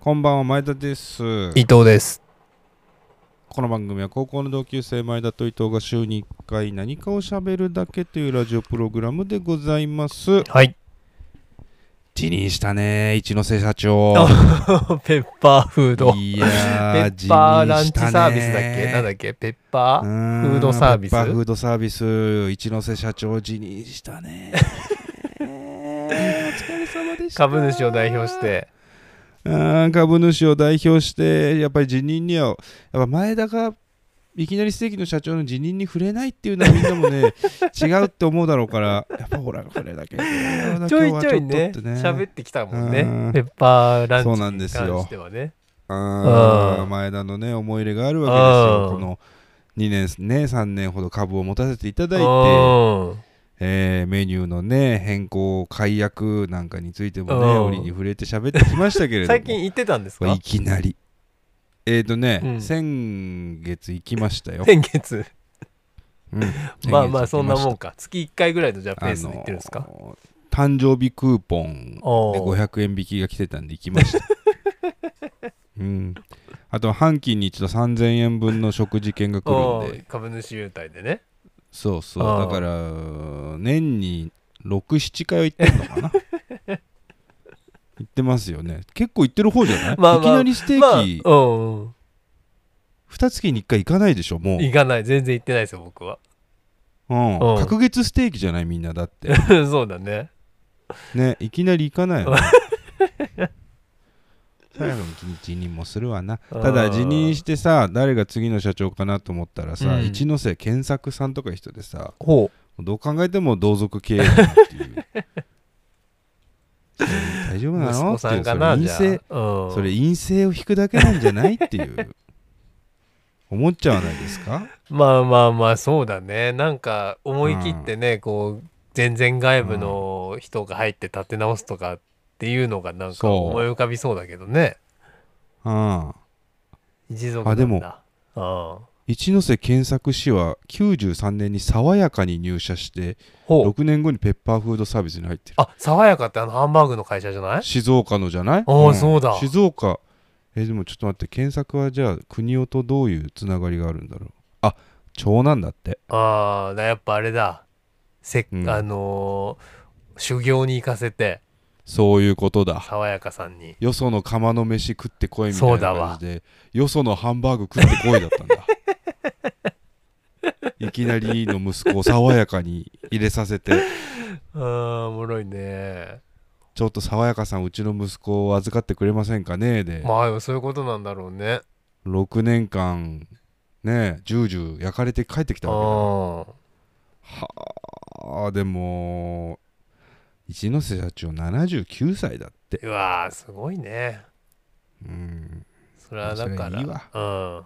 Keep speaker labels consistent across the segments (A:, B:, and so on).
A: こんばんは前田です
B: 伊藤です
A: この番組は高校の同級生前田と伊藤が週に1回何かを喋るだけというラジオプログラムでございます
B: はい
A: 辞任したね一ノ瀬社 長
B: ペッパーフード
A: い
B: ペ
A: やー
B: ッパーランチサービスだっ
A: 辞任した
B: け
A: ね
B: なんだっけペッパ
A: う
B: ー
A: ーん
B: フードサービス
A: ペッパーフードサービス一ノ瀬社長辞任した ねお疲れ様でした
B: 株主を代表して
A: うーん株主を代表してやっぱり辞任にはやっぱ前田がいきなりステーキの社長の辞任に触れないっていうのはみんなも ね違うって思うだろうからやっぱほらこれだけ
B: ちょいちょ
A: 今
B: いね
A: 日はちょっとって
B: 喋ってきたもん
A: う
B: ね
A: ん
B: ペッパーランチ
A: そうなんで
B: に関
A: すよ
B: してはね
A: あー
B: うん
A: 前田のね思い入れがあるわけですよこ
B: うん
A: の2年ね3年ほど株を持たせていただいて、
B: うん
A: えーメニューのね変更解約なんかについてもね
B: うん
A: 折に触れて喋ってきましたけれども
B: 最近行ってたんですか
A: いきなりえっ、ー、とね、
B: うん
A: 先月行きましたよ、
B: 先月
A: うん
B: まあまあそんなも
A: ん
B: んか月1回ぐらいのじゃあペースで行ってるんですか
A: 誕生日クーポン
B: お
A: で
B: ー
A: 500円引きが来てたんで行きま したうんあと半期に一度3000円分の食事券が来
B: お
A: るんで
B: ー株主優待でね
A: そうそう
B: あ
A: だ
B: ー
A: から年に67回は行ってるの かな行ってますよね結構行ってる方じゃない、
B: まあまあ
A: いきなりステー
B: まあ
A: キ、
B: うんうん
A: 2月に1回行かないでしょもう
B: 行かない全然行ってないですよ僕は
A: うん、
B: うん
A: 隔月ステーキじゃないみんなだ って
B: そうだね
A: ねいきなり行かないよね 最後に辞任もするわなただ辞任してさ誰が次の社長かなと思ったらさ、
B: うん
A: 一ノ瀬健作さんとかいう人でさ
B: ほ
A: どう考えても同族経営だなっていう それ大丈夫
B: う
A: な
B: 息
A: の
B: 子
A: って
B: さ
A: い
B: ん
A: う
B: かな
A: それ陰
B: じゃあ
A: 性
B: うん
A: それ陰性を引くだけなんじゃないっていう思っちゃわないですか
B: まあまあまあそうだねなんか思い切ってね、こう全然外部の人が入って立て直すとかっていうのがなんか
A: そう
B: 思い浮かびそうだけどね
A: うん
B: 一族なんだ
A: あでも
B: ああ
A: 一ノ瀬健作氏は93年に爽やかに入社して
B: ほう
A: 6年後にペッパーフードサービスに入ってる
B: あ爽やかってあのハンバーグの会社じゃない
A: 静岡のじゃない
B: あーそうだ
A: 静岡えーでもちょっと待って検索はじゃあ国夫とどういうつながりがあるんだろうあ長男だって
B: ああだやっぱあれだせっ、
A: うん
B: あのー修行に行かせて
A: そういうことだ
B: 爽やかさんに
A: よその釜の飯食ってこいみたいな感じでよそのハンバーグ食ってこいだったん だいきなりの息子を爽やかに入れさせて
B: ああおもろいね
A: ちょっと爽やかさんうちの息子を預かってくれませんかねで
B: まあそういうことなんだろうね
A: 6年間ねジュージュー焼かれて帰ってきたわ
B: ああ
A: けだはあでも一ノ瀬社長79歳だって
B: うわーすごいね
A: うん、
B: それはだから
A: それいいわ
B: うん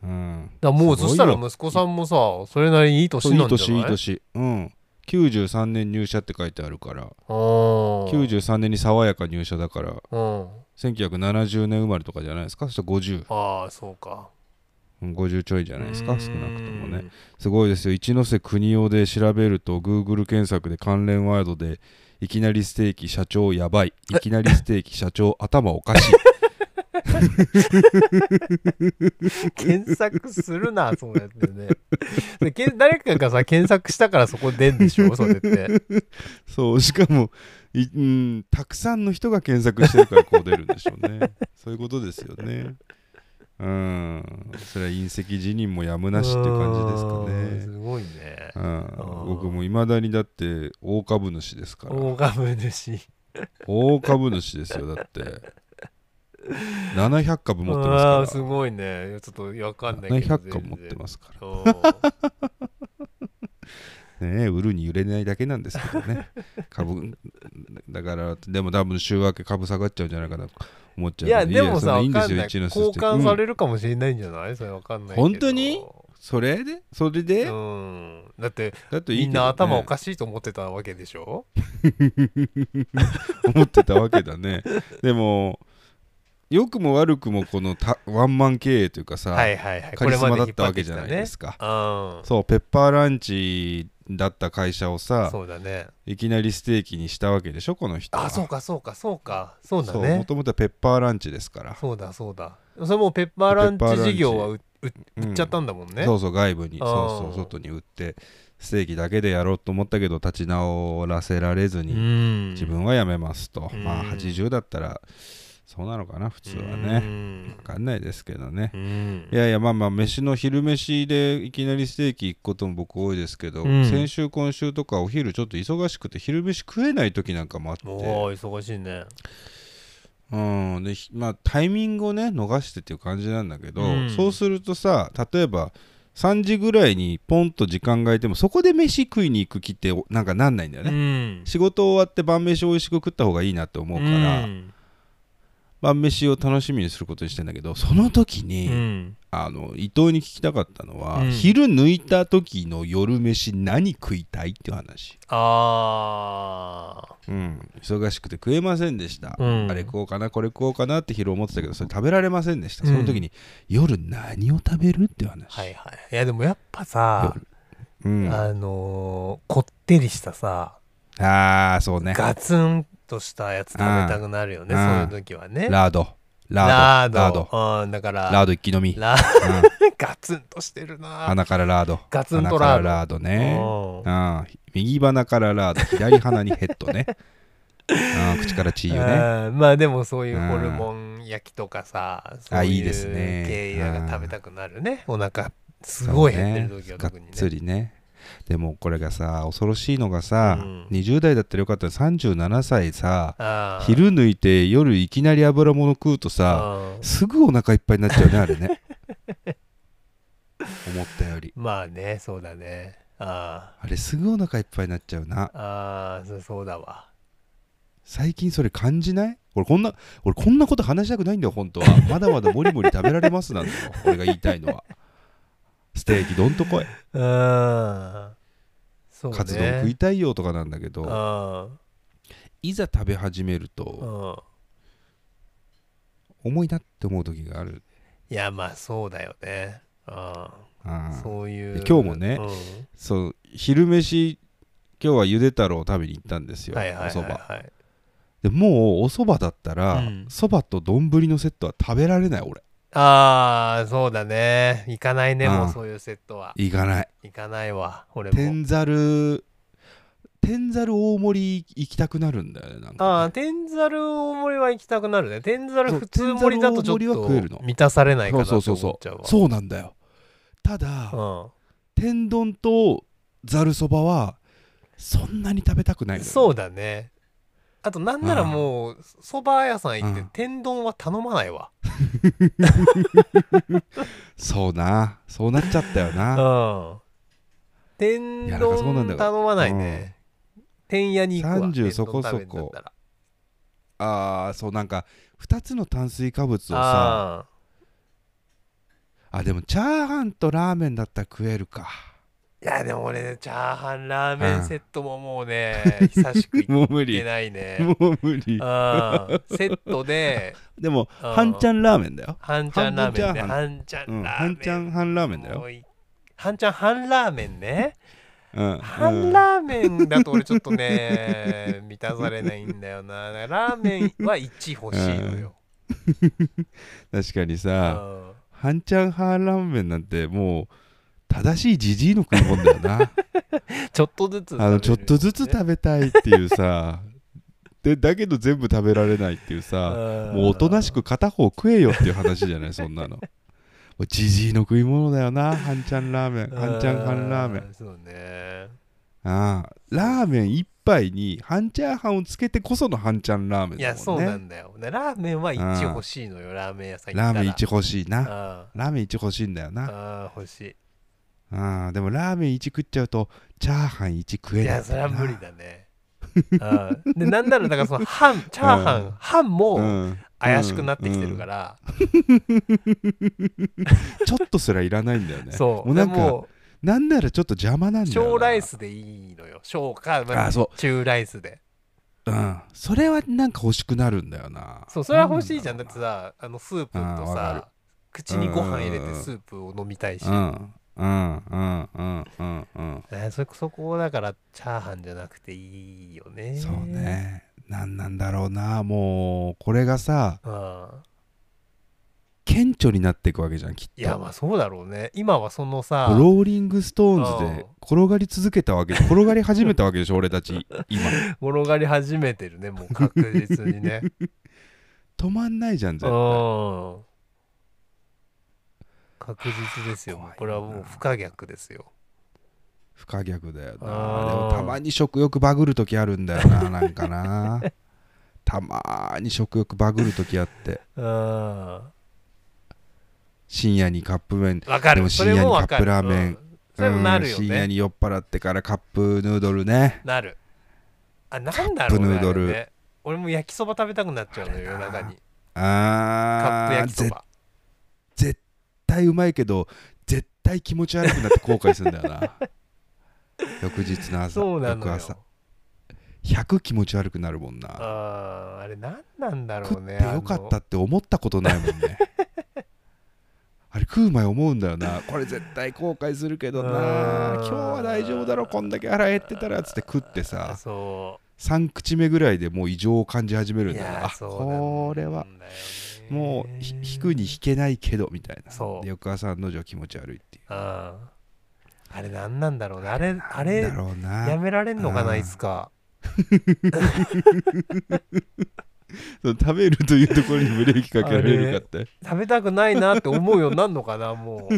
A: うん、
B: だからもう
A: すご
B: そ
A: いよ
B: したら息子さんもさそれなりにいい
A: そう
B: 年
A: い
B: ないんじゃ
A: 年
B: ない
A: いい年うん93年入社って書いてあるから
B: うん
A: 93年に爽やか入社だから
B: うん
A: 1970年生まれとかじゃないですかそしたら5050
B: ああそうか
A: ちょいじゃないです
B: う
A: か
B: ーん
A: 少なくともねすごいですよ一ノ瀬国夫で調べると Google 検索で関連ワードでいきなりステーキ社長やばいいきなりステーキ社長頭おかしい
B: 検索するな そうやってねでけ誰かがさ検索したからそこ出んでしょそれって
A: そうしかもいうんたくさんの人が検索してるからこう出るんでしょうねそういうことですよねうんそれは隕石辞任もやむなしっていう感じですか
B: うん
A: ね
B: すごいね
A: うん
B: ー
A: 僕もいまだにだって大株主ですから
B: 大株主
A: 大株主ですよだって700株持ってます
B: あ
A: か
B: あ
A: ら
B: すごいねいやちょっとわかんないけど
A: 700株持ってますか
B: す
A: らねえ売るに揺れないだけなんですけど ね株だからでも多分週明け株下がっちゃうんじゃないかなと思っちゃう
B: い
A: い
B: やでもさわ
A: いいんで
B: か
A: す
B: ん
A: よ
B: ない
A: 一
B: 交
A: ノ瀬って
B: 換さ
A: うん
B: れるかもしれないんじゃないそれわかんないけど
A: 本当にそれでそれで
B: うんだって
A: だといい
B: み
A: けどね
B: んな頭おかしいと思ってたわけでしょ
A: 思ってたわけだねでも良くも悪くもこのたワンマン経営というかさ、
B: はいはいはい
A: カリスマだ
B: これま
A: っ
B: で引
A: た
B: 張
A: わ
B: って
A: け
B: き
A: じゃない
B: ね
A: ですか
B: うん
A: そうペッパーランチだった会社をさ
B: そうだね
A: いきなりステーキにしたわけでしょこの人は
B: あそうかそうかそうかそうだ
A: も
B: ね
A: ともとはペッパーランチですから
B: そうだそうだそれもうペッパーラン
A: ペッパー
B: チ
A: ランチ
B: 事業はうう
A: うん
B: 売っちゃったんだもんね、
A: そうそう外部に
B: あ
A: そ
B: ー
A: うそう外に売ってステーキだけでやろうと思ったけど立ち直らせられずに、
B: ん
A: 自分はやめますと、
B: うん
A: まあ80だったらそうなのかな普通は
B: う
A: ね
B: ん
A: 分かんないですけどね
B: うん
A: いやいやまあまあ飯の昼飯でいきなりステーキ行くことも僕多いですけど、
B: うん
A: 先週今週とかお昼ちょっと忙しくて昼飯食えない時なんかもあって
B: おお忙しいね
A: うんでひまあ、タイミングをね逃してっていう感じなんだけど、
B: うん
A: そうするとさ例えば3時ぐらいにポンと時間が空いてもそこで飯食いに行く気っておなんかなんないんだよ
B: う
A: ね、
B: ん
A: 仕事終わって晩飯を美味しく食った方がいいなと思うから、
B: ん
A: 晩飯を楽しみにすることにしてんだけどその時
B: う
A: に、
B: ん
A: あの伊藤に聞きたかったのは、
B: うん
A: 昼抜いた時の夜飯何食いたいっていう話、
B: ああ
A: うん、忙しくて食えませんでした、
B: うん
A: あれ食おうかなこれ食おうかなって昼思ってたけどそれ食べられませんでした、その時に夜何を食べるっていう話、
B: はいはいいやでもやっぱさ
A: うん、あ
B: あのーこってりしたさ
A: あーそうね
B: ガツンとしたやつ食べたくなるよね
A: う
B: そうんいう時はね
A: ラードラー
B: ラ
A: ドラード
B: ーうんだから
A: ラード一気飲み、う ん、
B: ラガツンとしてるな
A: 鼻からラード
B: ガツン
A: 鼻
B: と
A: から
B: ラード
A: ラードね
B: うん
A: ああ右鼻からラード左鼻にヘッドね ああ口からチーよね
B: あーまあでもそういう
A: うん
B: ホルモン焼きとかさ、そう
A: あ
B: いう
A: いいですね
B: 系が食べたくなるね、お腹すごい減ってる時は
A: そうね
B: 特にね
A: がっつりねでもこれがさ恐ろしいのがさ、
B: うん
A: 20代だったらよかったのに37歳さ
B: あー
A: 昼抜いて夜いきなり油物食うとさ
B: うん
A: すぐお腹いっぱいになっちゃうねあれ ね思ったより
B: まあねそうだねあ
A: あれすぐお腹いっぱいになっちゃうな
B: ーあーそそうだわ
A: 最近それ感じない俺こんな俺こんなこと話したくないんだよ本当はまだまだもりもり食べられますなんだよ俺が言いたいのはステーキどんとこい、
B: うんそうね
A: カツ丼食いたいよとかなんだけ
B: う
A: ど
B: ん
A: いざ食べ始めると
B: うん
A: 重いなって思う時がある
B: いやまあそうだよねうん
A: あー
B: そういう
A: で今日もね
B: う
A: そう昼飯今日はゆで太郎を食べに行ったんです
B: ん
A: よ、
B: はいはいはい
A: おそば
B: はい
A: でもうおそばだった
B: う
A: ら
B: ん
A: そば、蕎麦と丼のセットは食べられない俺
B: ああそうだね行かないね
A: うん
B: もうそういうセットはい
A: かない
B: 行かないわ俺も
A: 天ざる天ざる大盛り行きたくなるんだよねなんかね
B: ああ天ざる大盛りは行きたくなるね天ざる
A: そう
B: 普通盛りだとちょっ
A: 天ざる大盛りは食える
B: と
A: の
B: 満たされないか
A: そ
B: な
A: う
B: って
A: そ
B: 思
A: うそう
B: っ
A: そ
B: ちゃう
A: う
B: わ
A: そうなんだよただ、天丼とざるそばはそんなに食べたくない
B: うん
A: のよ
B: そうだねあとなんなら
A: うん
B: もうそば屋さん行って
A: うん
B: 天丼は頼まないわ
A: そうなそうなっちゃったよ
B: う
A: な、
B: ん天
A: いやなんかそうなんだ
B: 丼
A: よ
B: 頼まないね天屋に行くわ
A: 30そこそこ
B: 天丼食べんだったら
A: あーそうなんか2つの炭水化物をさ
B: ああ
A: あでもチャーハンとラーメンだったら食えるか
B: いやでも俺ねチャーハンラーメンセットももうね久しく行
A: もう無
B: って
A: 理
B: ないね
A: もう 無理
B: うんセットで、
A: でも
B: うん
A: 半ちゃんラーメンだよ
B: 半ちゃんラーメンね。
A: 半
B: 半ちゃ
A: うん
B: んラーメ
A: 半
B: ン。
A: ちゃん半ラーメンだよ
B: もうい。半ちゃん半ラーメンね。
A: うん
B: 半ラーメンだと俺ちょっとね、満たされないんだよな。だからラーメンは1欲しいのよ。
A: 確かに
B: う
A: さ
B: ん
A: 半ちゃん半ラーメンなんてもう正しいじじいの食い物だよ な
B: ちょっとずつ食べれるよね、
A: あのちょっとずつ食べたいっていう さでだけど全部食べられないっていうさ
B: ん
A: もうおとなしく片方食えよっていう話じゃないそんなのもうじじいの食い物だよな半ちゃんラーメン半ちゃん半ラーメン
B: うんそうね。
A: ああラーメン一杯に半チャーハンをつけてこその半ちゃんラーメン
B: い
A: だ
B: や、
A: も
B: そ
A: ん
B: う
A: ね
B: なんだよ。ねラーメンは1欲しいのよ、ラーメン屋さん行
A: ラ
B: ったら。
A: ーメン1欲しいな
B: うん。
A: ラーメン1欲しいんだよな
B: ああ、欲し
A: あーでもラーメン1食っちゃうとチャーハン1食
B: い。
A: え
B: い
A: ない
B: や、
A: ん
B: そ
A: だ
B: れ
A: よ
B: は
A: な
B: 無理だね。うん、でなんならだからその半チャーハン、
A: うん
B: 半
A: う
B: も
A: ん
B: 怪しくなってきてるから、
A: ちょっとすらいらないんだよね
B: そう
A: もうなん
B: で
A: か
B: も
A: なんならちょっと邪魔なんだよな
B: 小ライスでいいのよ小か、ま
A: あそう
B: 中ライスで
A: うんそれはなんか欲しくなるんだよな
B: そうそれは欲しいじゃんだ
A: な
B: って
A: だろ
B: さあのスープと
A: あーわかる
B: さ口にご飯入れ
A: うんうん
B: て
A: うん
B: スープを飲みたいし、
A: うなうんうんうんうんうんうん
B: ねそそこだからチャーハンじゃなくていいよね
A: そうね何なんだろうなもうこれがさ
B: うん
A: 顕著になっていくわけじゃんきっと
B: いやまあそうだろうね今はそのさ
A: ローリング・ストーンズ
B: う
A: で
B: ん
A: 転がり続けた わけ転がり始めたわけでしょ俺たち今
B: 転がり始めてるねもう確実に ね
A: 止まんないじゃん
B: う
A: 絶対
B: ん確実ですよ
A: 怖い
B: も
A: な
B: うこれはもう不可逆ですよ
A: 不可逆だよ
B: あ
A: な
B: ー
A: でもたまに食欲バグる時あるんだよ ななんかなたまーに食欲バグる時あって
B: うんわ
A: 深夜にカップ麺
B: か
A: で
B: る
A: も
B: それもわかる
A: 深夜にカップラーメン
B: うんそれもなるよ
A: うん深夜
B: ね
A: に酔っ払ってからカップヌードルね
B: なるあなんだろう
A: カップヌ
B: ね
A: ードル
B: あれね俺も焼きそば食べたくなっちゃうのよ夜中にカッ
A: あ
B: プ
A: ー
B: 焼きそ
A: 絶
B: ば
A: 対うまいけど絶対気持ち悪くなって後悔するんだよ な翌日の朝
B: そうなの
A: 翌
B: よ
A: 朝100気持ち悪くなるもんな
B: あーあれ何なんだろ
A: 食
B: う
A: っ
B: ね
A: てよかったって思ったことないもん ねあれ食う前思うんだよなこれ絶対後悔するけどな今
B: うん
A: 日は大丈夫だろこんだけ腹減ってたらっつって食って
B: あの
A: さ
B: そ
A: 3口目ぐらいでもう異常を感じ始め
B: う
A: るん
B: い
A: だよ
B: や
A: なあ
B: ーそうなんだよね
A: これはもうひ引くに引けないけどみたいな
B: そう
A: で翌朝の定気持ち悪いっていう
B: あーあれ何なんだろうねあれあ
A: な
B: れ
A: んだろう
B: や
A: な
B: められんのか
A: う
B: なんいつか
A: そう食べるというところにブレーキかけられるかって
B: 食べたくないなって思うようになんのかなも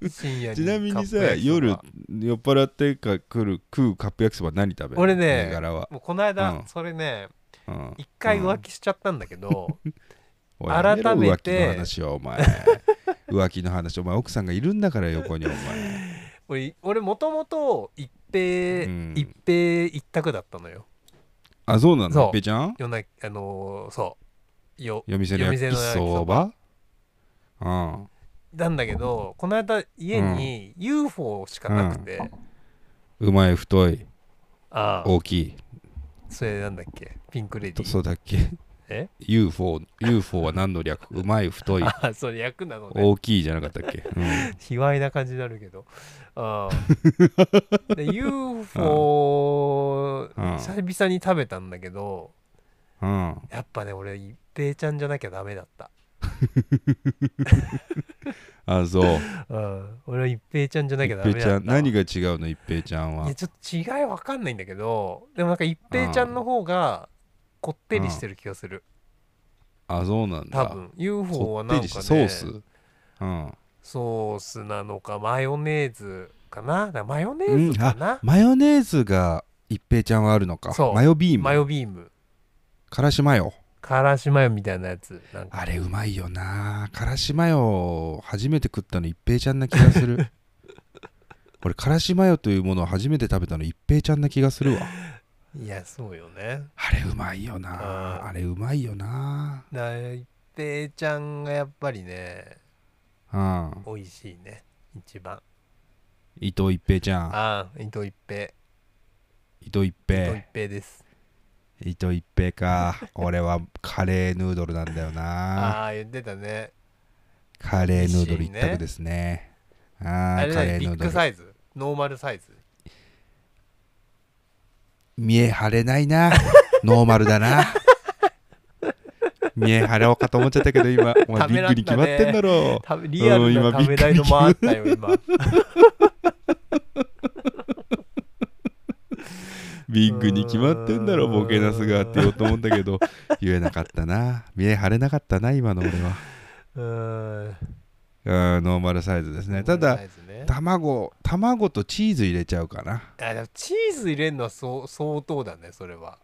B: う深夜に
A: ちなみ
B: カ
A: に
B: ッ
A: さ
B: プ焼きそば
A: 夜酔っ払ってか来る食うカップ焼きそば何食べる
B: 俺ね
A: 銘柄は、
B: もうこの間、
A: うん
B: それね
A: うん
B: 一回
A: うん
B: 浮気しちゃったんだけど、
A: おいやろ
B: 改めて
A: 浮気の話はお 前浮気の話お前奥さんがいるんだから横にお前
B: 俺俺もともと一平、
A: うん
B: 一平一択だったのよ
A: あそうな
B: そう
A: のぺちゃん
B: 夜なあのーそうよ
A: 夜店の焼
B: 夜
A: き
B: 店の焼き
A: そ
B: そ
A: ばうん
B: なんだけどこの間家に UFO しかなくて、
A: うまい太い
B: ああ
A: 大きい
B: それなんだっけピンクレディー
A: そうだっけ
B: え
A: UFO, UFO は何の略うまい太い
B: あそれ役なので
A: 大きいじゃなかったっけ、うん
B: 卑猥な感じになるけどああ で UFO
A: うん
B: 久々に食べたんだけど
A: うん、
B: やっぱね俺一平ちゃんじゃなきゃダメだった、
A: あそう
B: うん、俺は一平ちゃんじゃなきゃ
A: 一
B: ダメ
A: 平
B: だっ
A: ち
B: た
A: ゃ
B: わ
A: ん何が違うの一平ちゃん
B: い
A: は
B: やちょっと違いわかんないんだけどでもなんか一平ちゃんの方がこってりしてる気がする
A: あそうなん
B: 多
A: だ
B: 分 UFO は
A: こっ
B: なん
A: てりし
B: かね
A: てソースうん
B: ソースなのかマヨネーズかなだからマヨネーズかな、
A: マヨネーズが一平ちゃんはあるのか
B: そう
A: マヨビー
B: マ
A: ム
B: ヨビーム
A: からしマヨ
B: からしマヨみたいなやつなんか
A: あれうまいよなからしマヨ初めて食ったの一平ちゃんな気がす る俺からしマヨというものを初めて食べたの一平ちゃんな気がするわ
B: いやそうよね
A: あれうまいよな
B: うん
A: あれうまいよな
B: だから一平ちゃんがやっぱりね
A: うん
B: 美味しいね一番
A: 伊藤一平ちゃん
B: ああ伊藤一平
A: 伊藤一
B: 伊藤
A: 平
B: 一平です
A: 伊藤一平か俺はカレーヌードルなんだよな
B: ああー言ってたね
A: カレーヌードル一択ですねあ
B: あ
A: あ
B: れ
A: カ
B: ね
A: レー
B: ビ
A: ヌ
B: ッ
A: ード
B: グ
A: ル
B: サイズノーマルサイズ
A: 見え張れないなノーマルだな見え張ろうかと思っちゃったけど今お前
B: た
A: ビ
B: め
A: ッ
B: らっ
A: グ
B: たね
A: に決まってんだろ
B: たリアル
A: う
B: なん
A: 今
B: ため台の回った よ今
A: ビッグに決まってんだろ
B: うん
A: ボケナスがって言おうと思うんだけど言えなかったな見え張れなかったな今の俺は
B: うーん
A: うんノーマルサイズですねた
B: ノーマ
A: だ
B: ルサイズね
A: 卵卵とチーズ入れちゃうかな
B: あでもチーズ入れるのはそう相当だねそれは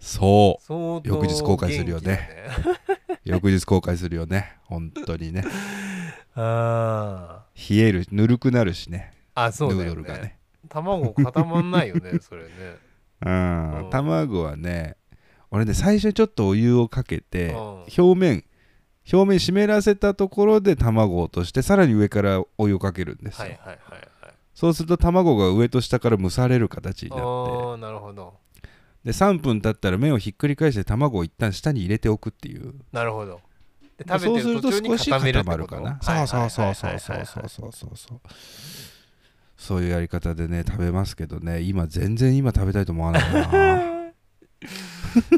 A: そ
B: 相当
A: 翌日後悔するよね
B: 元気だね
A: う翌日後悔するよね本当にね
B: あー
A: 冷えるぬるくなるしね
B: あそう
A: ヌ
B: だ
A: ー
B: よ
A: ドルが
B: ね
A: ね
B: 卵固まんないよ ねそれね
A: うん
B: うん
A: 卵はね俺ね最初にちょっとお湯をかけて
B: うん
A: 表面表面湿らせたところで卵を落としてさらに上からお湯をかけるんですよ、
B: はいはいはいはい
A: そうすると卵が上と下から蒸される形に
B: あ
A: なって
B: ーなるほど
A: で3分経ったら麺をひっくり返して卵を一旦下に入れておくっていう
B: なるほどで食
A: そう
B: べ
A: す
B: てる
A: ると
B: 途中に
A: 少し
B: 固めるっ
A: 固
B: てこ
A: ま
B: と
A: るかなそうそうそうそうそうそうそうそうそうそういうやり方でね食べますけどね今全然今食べたいと思わない な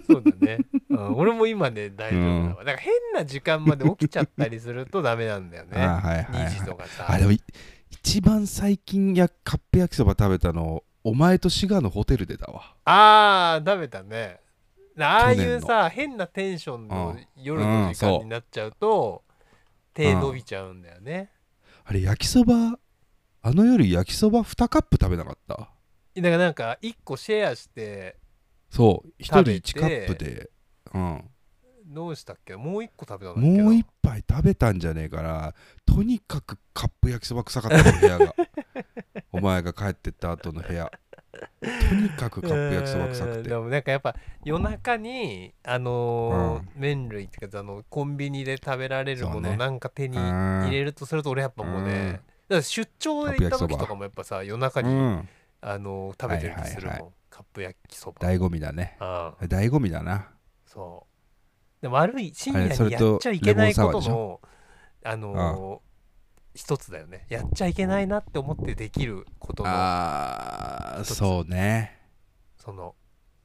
B: そうだね、うん、俺も今ね大丈夫だわ、だから変な時間まで起きちゃったりするとダメなんだよね
A: あはいはい、
B: 2
A: はい
B: 時、とかさ
A: あでもい一番最近やカップ焼きそば食べたのお前と滋賀のホテルでだわ
B: あー食べたねああい
A: 去年
B: う
A: の
B: さ変なテンションの夜
A: う
B: の
A: ん
B: 時間
A: そう
B: になっちゃうと、手伸びちゃうんだよね、
A: あれ焼きそばあの夜焼きそば2カップ食べなかった
B: だからなんか1個シェアして
A: そう1人
B: 食べて
A: 1カップで、うん、
B: どうしたっけもう1個食べたんだっけな
A: もう一杯食べたんじゃねえからとにかくカップ焼きそば臭かったの部屋 がお前が帰ってった後の部屋とにかくカップ焼きそば臭
B: うん
A: くて
B: でもなんかやっぱ夜中に、あのー麺類っていうかあのコンビニで食べられるも
A: そう
B: の
A: ね
B: なんか手に
A: うん
B: 入れるとすると俺やっぱもう
A: うん
B: ね、だから出張で行った時とかもやっぱさ夜中
A: う
B: に、
A: ん
B: あのー食べてる気するもん、
A: はいはいは
B: カップ焼きそば
A: 醍醐味だね
B: ああ
A: 醍醐味だな
B: そうでも悪い深夜
A: あれそ
B: に
A: れ
B: や
A: と
B: っちゃいけないこと
A: レモンサワ
B: のあのー一つだよねやっちゃいけないなって思ってできることの
A: あー
B: 一つ
A: そうね
B: その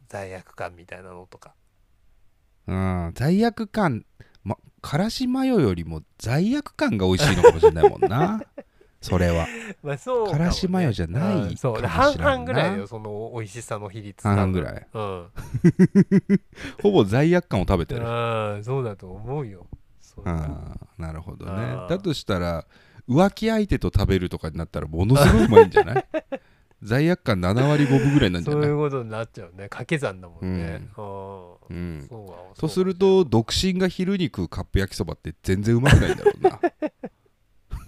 B: 罪悪感みたいなのとか
A: うん罪悪感まからしマヨよりも罪悪感が美味しいのかもしれないもん なそれは
B: まあそうもね
A: からしマヨじゃない
B: うんそう
A: かもしらん
B: 半
A: な
B: 々ぐらいだよその美味しさの比率
A: 半々ぐらい
B: うん、
A: ほぼ罪悪感を食べてる
B: うん、そうだと思うよそうだ
A: あーなるほどね
B: あー
A: だとしたら浮気相手と食べるとかになったらものすごいうまいんじゃない 罪悪感7割5分ぐらいなんじゃ
B: そう
A: ない
B: い
A: う、
B: うことになっちゃうね掛け算だもんね、うんそ
A: ん、
B: うは
A: とすると独身が昼に食うカップ焼きそばって全然うまくないんだろうな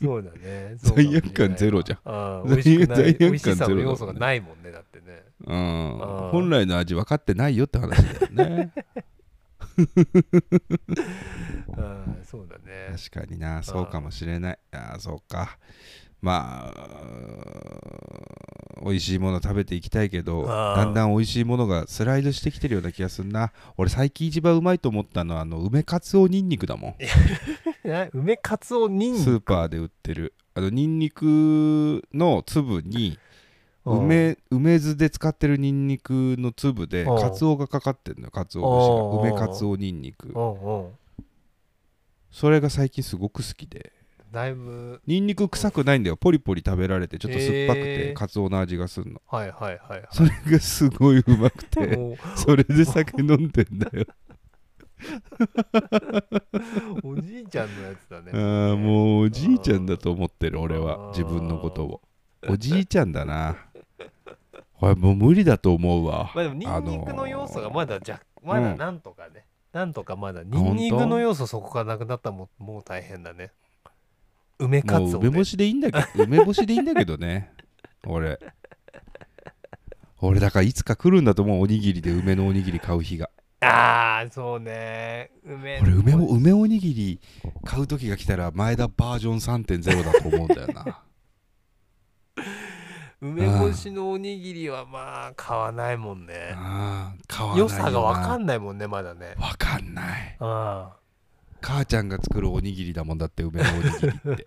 B: そうだね
A: 罪悪感ゼロじゃん
B: ん美味しくない
A: 罪悪感ゼロだね
B: 美味しさの要素がないもんねだってね
A: うん
B: あー
A: 本来の味分かってないよって話だよね
B: うんそうだね
A: 確かになそうかもしれないあーそうかまあ美味しいもの食べていきたいけど
B: あー
A: だんだん美味しいものがスライドしてきてるような気がするな俺最近一番うまいと思ったのはあの梅かつおにんにくだもん
B: な梅かつおにんに
A: スーパーで売ってるあのにんにくの粒に梅梅酢で使ってるにんにくの粒で
B: うん
A: かつおがかかってるのよかつ
B: うん
A: お節が梅かつおにんにく
B: うんうん
A: それが最近すごく好きで
B: だいぶ
A: にんにく臭くないんだよポリポリ食べられてちょっと酸っぱく
B: へ
A: て
B: ー
A: カツオの味がするの
B: はいはいはい
A: それがすごいうまく
B: はい
A: て
B: もう
A: それで酒飲んでん だよ
B: おじいちゃんのやつだね
A: あ。ーもうおじいちゃんだと思ってる俺
B: あー
A: は自分のこと をおじいちゃんだなこれもう無理だと思う わ
B: まあでもニンニクの要素がまだ若まだ
A: うん
B: なんとかね。なんとかまだニ
A: 当
B: ンニクの要素そこがなくなったらもうもう大変だね。梅か
A: も
B: つ
A: う
B: お、
A: 梅
B: ね
A: 干。しでいいんだ けど梅干しでいいんだけどね俺俺だからいつか来るんだと思うおにぎりで梅のおにぎり買う日が
B: ああそうね。梅。
A: 俺梅も梅おにぎり買う時が来たら前田バージョン3.0だと思うんだよ な
B: 梅干しのおにぎりはまあ買わないもんね。
A: ああ買わないよ
B: 良
A: な
B: さがわかんないもんねまだね。
A: わかんない
B: あ
A: 母ちゃんが作るおにぎりだもんだって梅のおにぎりって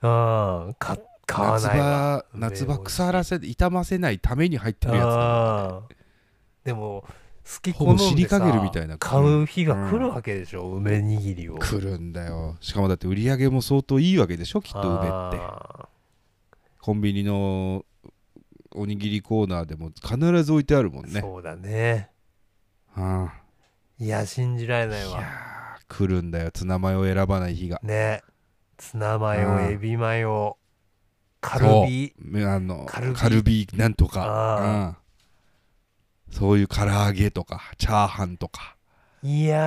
B: あうんか 買わ
A: 夏
B: ないわ。
A: 場夏場
B: 梅干し
A: 腐らせ傷ませないために入ってるやつだもんね
B: あーでも好き
A: ほ
B: 好
A: ぼ
B: んでさ
A: 死にかけるみたいな
B: 買う日が来るわけでしょ、梅にぎりを
A: 来るんだよしかもだって売り上げも相当いいわけでしょきっと梅って
B: あ
A: コンビニのおにぎりコーナーでも必ず置いてあるもん
B: ー
A: ね。
B: そうだね
A: うん
B: いや信じられない
A: い
B: わ
A: やー来るんだよツナマヨを選ばない日が。
B: ねツナマヨ、
A: うん
B: エビマヨカルビ
A: そうあの
B: カ
A: カ
B: ル
A: ル
B: ビ
A: ビなんと
B: あ
A: か、うん、そういう唐揚げとかチャーハンとか
B: いや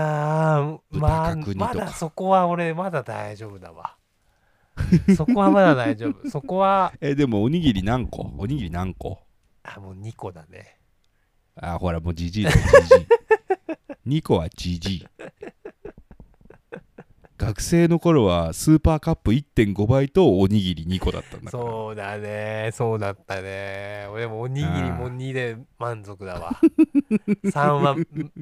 B: ーまあ
A: 豚角煮と
B: ま
A: か
B: だそこは俺まだ大丈夫だわそこはまだ大丈夫そこは
A: えでもおにぎり何個おにぎり何個
B: あもう2個だね
A: あほらもうじじいだじじい2個はじじいがっ学生の頃はスーパーカップ1.5倍とおにぎり2個だったんだから
B: そうだねそうだったね俺もおにぎりも2で満足だ わ3は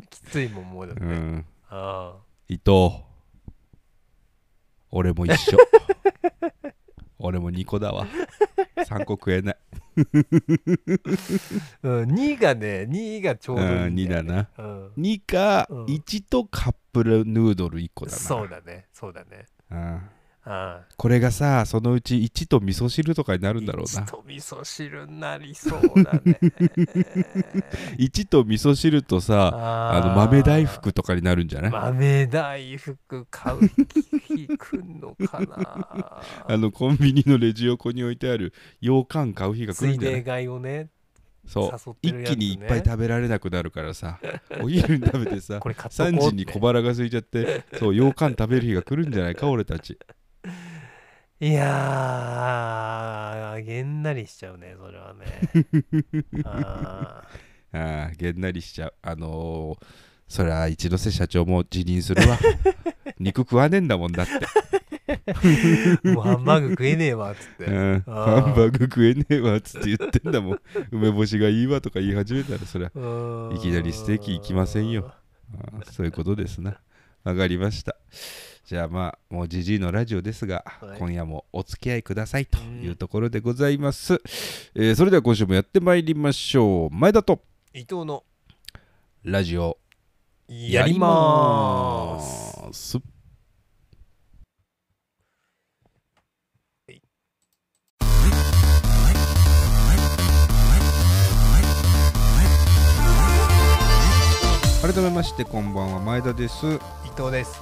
B: きついもんもうだって、
A: う
B: うん
A: ん
B: あ
A: 伊藤俺も一 緒俺も2個だわ3個食えない
B: 2がね2がちょう
A: う
B: どいい、ね
A: ん、2だな
B: うん
A: 2か
B: うん
A: 1とカップルヌードル1個だな
B: そうだねそうだね
A: うん
B: ああ
A: これがさそのうち1と味噌汁とかになるんだろうな
B: 一と味噌汁になりそうだね
A: 1と味噌汁とさ あ
B: あー
A: の豆大福とかになるんじゃない、
B: 豆大福買う日来んのかな
A: あのコンビニのレジ横に置いてある羊羹買う日が来
B: つ
A: る
B: い
A: んじゃな
B: で
A: い
B: 買いをね
A: そう
B: 誘っ
A: 一
B: てるやつ、ね、
A: 気にいっぱい食べられなくなるからさお昼に食べ てさ
B: これ買っとこう
A: 3
B: って
A: 時に小腹が空いちゃってそう羊羹食べる日が来るんじゃないか俺たち
B: いやーげんなりしちゃうねそれはねあ
A: ああげんなりしちゃうあのーそりゃ一ノ瀬社長も辞任するわ 肉食わねえんだもんだって
B: ーもうハンバーグ食えねえわっつって、
A: うん
B: あー
A: ハンバーグ食えねえわっつって言ってんだもん梅干しがいいわとか言い始めたらそりゃ
B: うーん
A: いきなりステーキ行きませんよあーそういうことですなわかりましたじゃあまあもうじじいのラジオですが、
B: はい
A: 今夜もお付き合いくださいというところでございます、えーそれでは今週もやってまいりましょう前田と
B: 伊藤の
A: ラジオ
B: やりまーす
A: やります改めましてこんばんは前田です
B: 伊藤です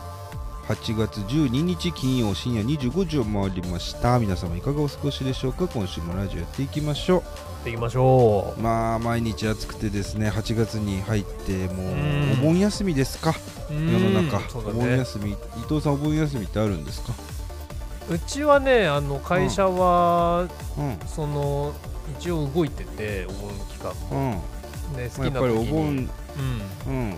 A: 8月12日金曜深夜25時を回りました皆様いかがお過ごしでしょうか今週もラジオやっていきましょ
B: やっていきましょ
A: うまあ毎日暑くてですね8月に入ってもう
B: うん
A: お盆休みですか
B: う
A: 世の中、
B: うんそう
A: お
B: だ
A: 盆
B: ね
A: 休み伊藤さんお盆休みってあるんですか
B: うちはねあの会社は、
A: うん
B: その一応動いててお盆期間も
A: うん、
B: ね好
A: まあ、や
B: き
A: っ
B: な
A: ぱりお
B: 時に、
A: 盆、うん、
B: うん、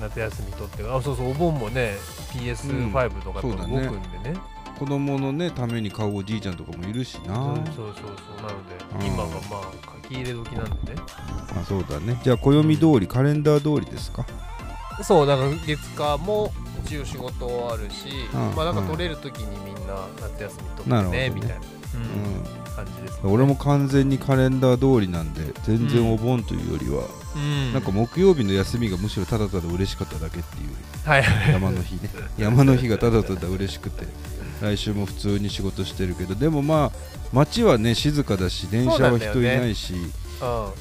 B: 夏休み取ってあそうそうお盆もね PS5 とかと
A: うん
B: 動
A: そう
B: く
A: だ
B: ん
A: ね
B: でね
A: 子供のねために買うおじいちゃんとかもいるしな
B: そうそうそうそうなので、
A: うん
B: 今がまあ書き入れ時なんでね
A: あそうだねじゃあ暦通り、カレンダー通りですか
B: そうだから月火も一応仕事あるし、
A: うん
B: まあなんか
A: うん
B: 取れる時にみんな夏休み取
A: な
B: っ
A: るほど
B: てね
A: ね
B: みたいな、
A: う
B: うん
A: ん
B: 感じですね
A: 俺も完全にカレンダー通りなんで全
B: うん
A: 然お盆というよりは、
B: うん
A: なんか木曜日の休みがむしろただただ嬉しかっただけっていう
B: はい
A: 山の 日ね山の日がただただ嬉しくて来週も普通に仕事してるけどでもまあ街はね静かだし電車は人いないし
B: うん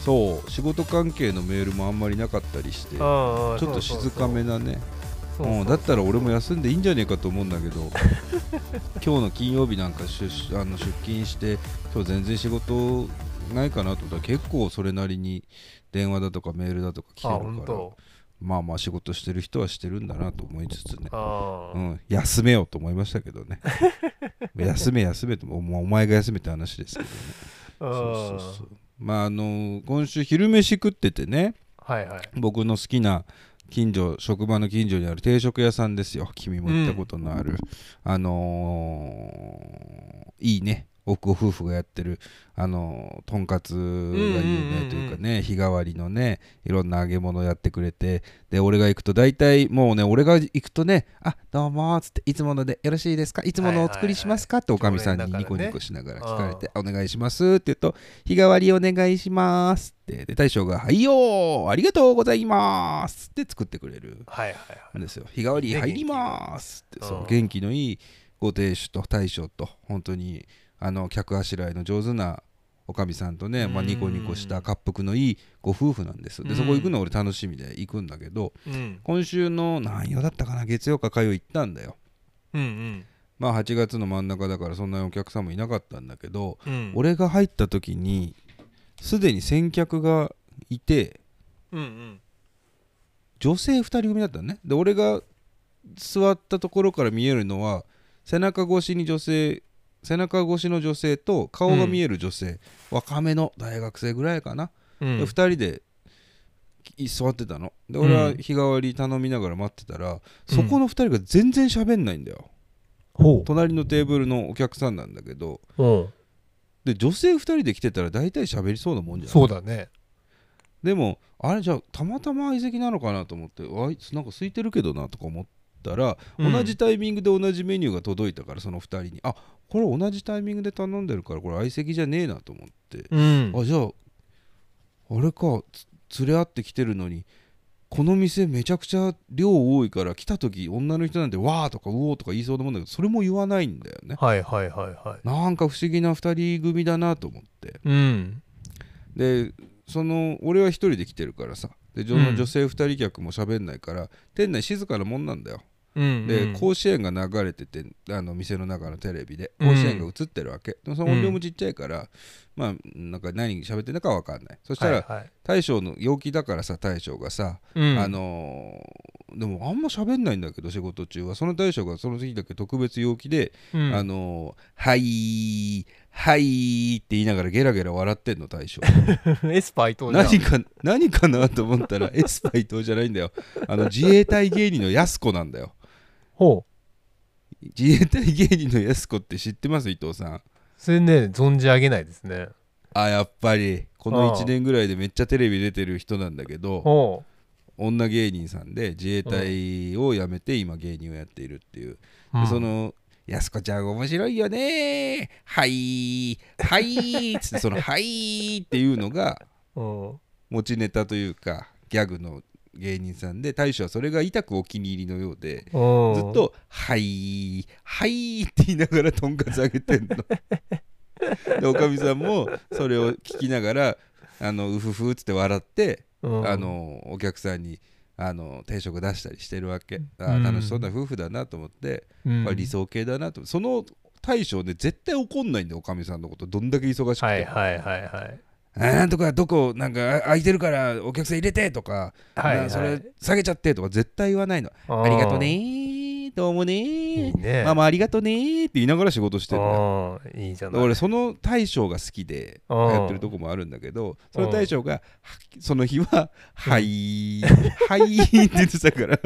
A: そう,、仕事関係のメールもあんまりなかったりしてちょ
B: ょ
A: っと静かめなね
B: そうそう
A: うんだったら俺も休んでいいんじゃねえかと思うんだけど今日の金曜日なんか出あの出勤して今日全然仕事ないかなと思ったら結構それなりに電話だとかメールだとか来て
B: あ
A: る
B: 本
A: から
B: 当
A: まあまあ仕事してる人はしてるんだなと思いつつね、
B: あ
A: う
B: ー
A: ん、休めようと思いましたけ どね休め休めともおお前が休めって話ですけどねそうそうそうまああの今週昼飯食っててね
B: はいはい
A: 僕の好きな近所職場の近所にある定食屋さんですよ君も行ったことのある、あのーいいね奥夫婦がやってるあのーとんかつが有名というかね、
B: うん
A: 日替わりのねいろんな揚げ物やってくれてで俺が行くと大体もうね俺が行くとね「あどうも」っつって「いつものでよろしいですかいつものお作りしますか?」っておかみさんにニコニコしながら聞かれて「お願いします」って言うと日替わりお願いしますってで大将が「はいよーありがとうございます」って作ってくれる
B: はいはいはい
A: んですよ日替わり
B: ね
A: 入りますってそううん元気のいいご亭主と大将と本当にあの客あしらいの上手なおかみさんとね、まあ、
B: うん
A: ニコニコした恰幅のいいご夫婦なんです
B: う
A: で
B: ん
A: そこ行くの俺楽しみで行くんだけど
B: うん
A: 今週の何曜だったかな月曜か火曜行ったんだよ
B: うん
A: まあ8月の真ん中だからそんなにお客さんもいなかったんだけど、
B: うんうん
A: 俺が入った時にすでに先客がいて
B: うんうん
A: 女性2人組だったのねで俺が座ったところから見えるのは背中越しに女性背中越しの女性と顔が見える女性、若めの大学生ぐらいかな、
B: うん
A: で2人でい座ってたので俺は日替わり頼みながら待ってたら、そこの2人が全然喋んないんだよ、
B: ほ
A: 隣のテーブルのお客さんなんだけど
B: う。うん。
A: で女性2人で来てたら大体喋りそうなもんじゃん
B: そうだね。
A: でもあれじゃあたまたま相席なのかなと思ってあいつなんか空いてるけどなとか思ったら、
B: うん
A: 同じタイミングで同じメニューが届いたからその2人にあこれ同じタイミングで頼んでるからこれ相席じゃねえなと思って、
B: うん。
A: あじゃああれかつ連れ合ってきてるのにこの店めちゃくちゃ量多いから来た時女の人なんて「わー」とか「うおー」とか言いそうなもんだけどそれも言わないんだよね
B: はいはいはいは
A: なんか不思議な2人組だなと思って
B: い。うん。
A: でその俺は1人で来てるからさでそ
B: うん
A: の女性2人客も喋んないから、店内静かなもんなんだよ
B: うん。
A: で、
B: うん
A: 甲子園が流れててあの店の中のテレビで
B: うん
A: 甲子園が映ってるわけ、でもその音量もちっちゃいから、まあなんか何喋ってんだかわかんないそしたら、
B: はいはい
A: 大将の陽気だからさ大将がさ、
B: うん、
A: あのーでもあんま喋んないんだけど仕事中はその大将がその時だけ特別陽気で、
B: うん、
A: あのーはいはいって言いながらゲラゲラ笑ってんの大将
B: エスパー伊藤じゃ
A: 何
B: ん
A: か何かなと思 ったらエスパイ伊藤じゃないんだよあの自衛隊芸人のやす子なんだよ
B: ほう
A: 自衛隊芸人のやす子って知ってます伊藤さん
B: それね存じ上げないですね
A: あやっぱりこの
B: ああ
A: 1年ぐらいでめっちゃテレビ出てる人なんだけど
B: ほ
A: 女芸人さんで自衛隊を辞めて今芸人をやっているっていう、
B: う、う
A: で
B: ん、
A: その「やすこちゃん面白いよねはいはい」っつってその「はい」っていうのが
B: うん
A: 持ちネタというかギャグの芸人さんで大将はそれが痛くお気に入りのようで
B: うん、
A: ずっと「はいはい」って言いながらとんかつあげてん の。でおかみさんもそれを聞きながら「あのうふふ」っつって笑って
B: うん
A: あのお客さんにあの定食出したりしてるわけあ
B: う
A: ー
B: ん
A: 楽しそうな夫婦だなと思って、
B: うん
A: まあ理想系だなとその大将ね絶対怒んないんだよおかみさんのことどんだけ忙しくて、
B: はいはいはいはい
A: あーなんとかどこなんかあ空いてるからお客さん入れてとか、
B: はいは
A: ないそれ下げちゃってとか絶対言わないの、
B: あ
A: ありがとねーどうもねー
B: いいね
A: ママありがとねーって言いながら仕事してるんだよ
B: うんいいじゃない
A: 俺その大将が好きで
B: うん
A: やってるとこもあるんだけどその大将がはその日は「はい」 「はい」って言ってたから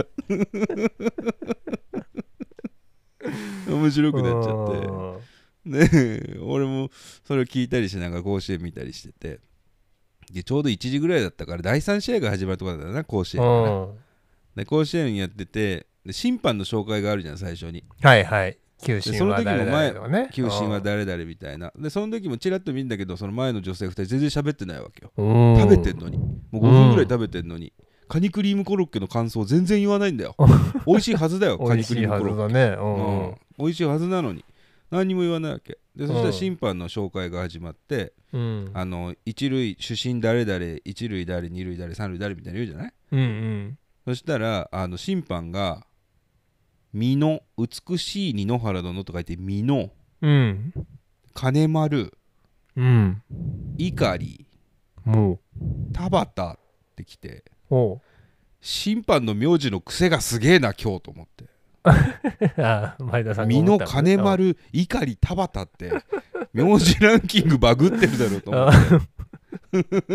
A: 面白くなっちゃ
B: ゃっ
A: ってね 俺もそれを聞いたりしながら甲子園見たりしててでちょうど1時ぐらいだったから第3試合が始まるとこだったな甲子園がね
B: うん、
A: で甲子園やっててで審判の紹介があるじゃん最初に
B: はいはい九神は誰々
A: でその時
B: とかね
A: 球審は誰々みたいなでその時もちらっと見るんだけどその前の女性2人全然喋ってないわけよ
B: うん
A: 食べてんのにもう5分ぐらい食べてんのに、カニクリームコロッケの感想全然言わないんだ よ美味しいはずだよ
B: 美
A: カニ
B: 味
A: ク
B: し
A: リ
B: い
A: ーム
B: は
A: コロ
B: ず
A: ッケ
B: だね
A: う
B: う
A: んん美味しいはずなのに何にも言わないわけでそした
B: う
A: ら
B: ん
A: 審判の紹介が始まって、
B: うん
A: あの一塁主審誰々一塁誰二塁誰三塁誰みたいなの言うじゃない
B: うんうん
A: そしたらあの審判が「美濃美しい二の原殿」と書いて「美濃
B: うん
A: 金丸
B: うん
A: 碇
B: もう
A: 田畑ってきて
B: ほ
A: 審判の名字の癖がすげえな今日と思って
B: う あ前田さんが
A: 美
B: 思
A: 濃
B: ったもん
A: 金丸碇田畑って名字ランキングバグってるだろうと思って
B: あ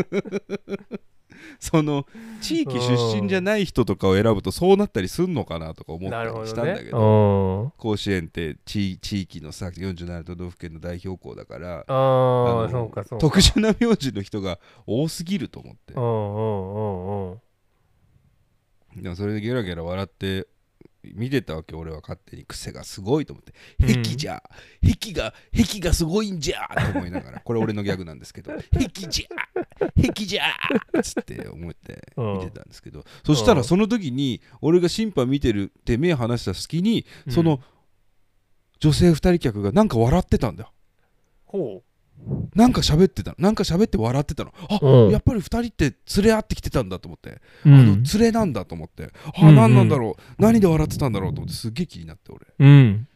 A: その地域出身じゃない人とかを選ぶとそうなったりすんのかなとか思っ
B: な
A: た
B: るほ
A: りし
B: ど
A: たんだ
B: ね
A: けど
B: うん
A: 甲子園って地地域のさ47都道府県の代表校だからあ
B: ああ
A: の
B: そうかそうか
A: 特殊な名字の人が多すぎると思って
B: うんうんうんうん
A: でもそれでゲラゲラ笑って見てたわけ俺は勝手に癖がすごいと思って「
B: うん
A: 壁じゃ壁が壁がすごいんじゃ!」と思いながらこれ俺のギャグなんです けど「壁じゃ壁じゃ!」っつって思って見てたんですけどそしたらその時に俺が審判見てるって目離した隙に
B: うん
A: その女性2人客がなんか笑ってたんだよ
B: ほ
A: なんか喋ってたのなんか喋って笑ってたのあ
B: うん
A: やっぱり2人って連れ合ってきてたんだと思って
B: う
A: あの連れなんだと思って、
B: うん
A: あ
B: うん
A: 何なんだろう、何で笑ってたんだろうと思ってすっげえ気になって俺
B: うん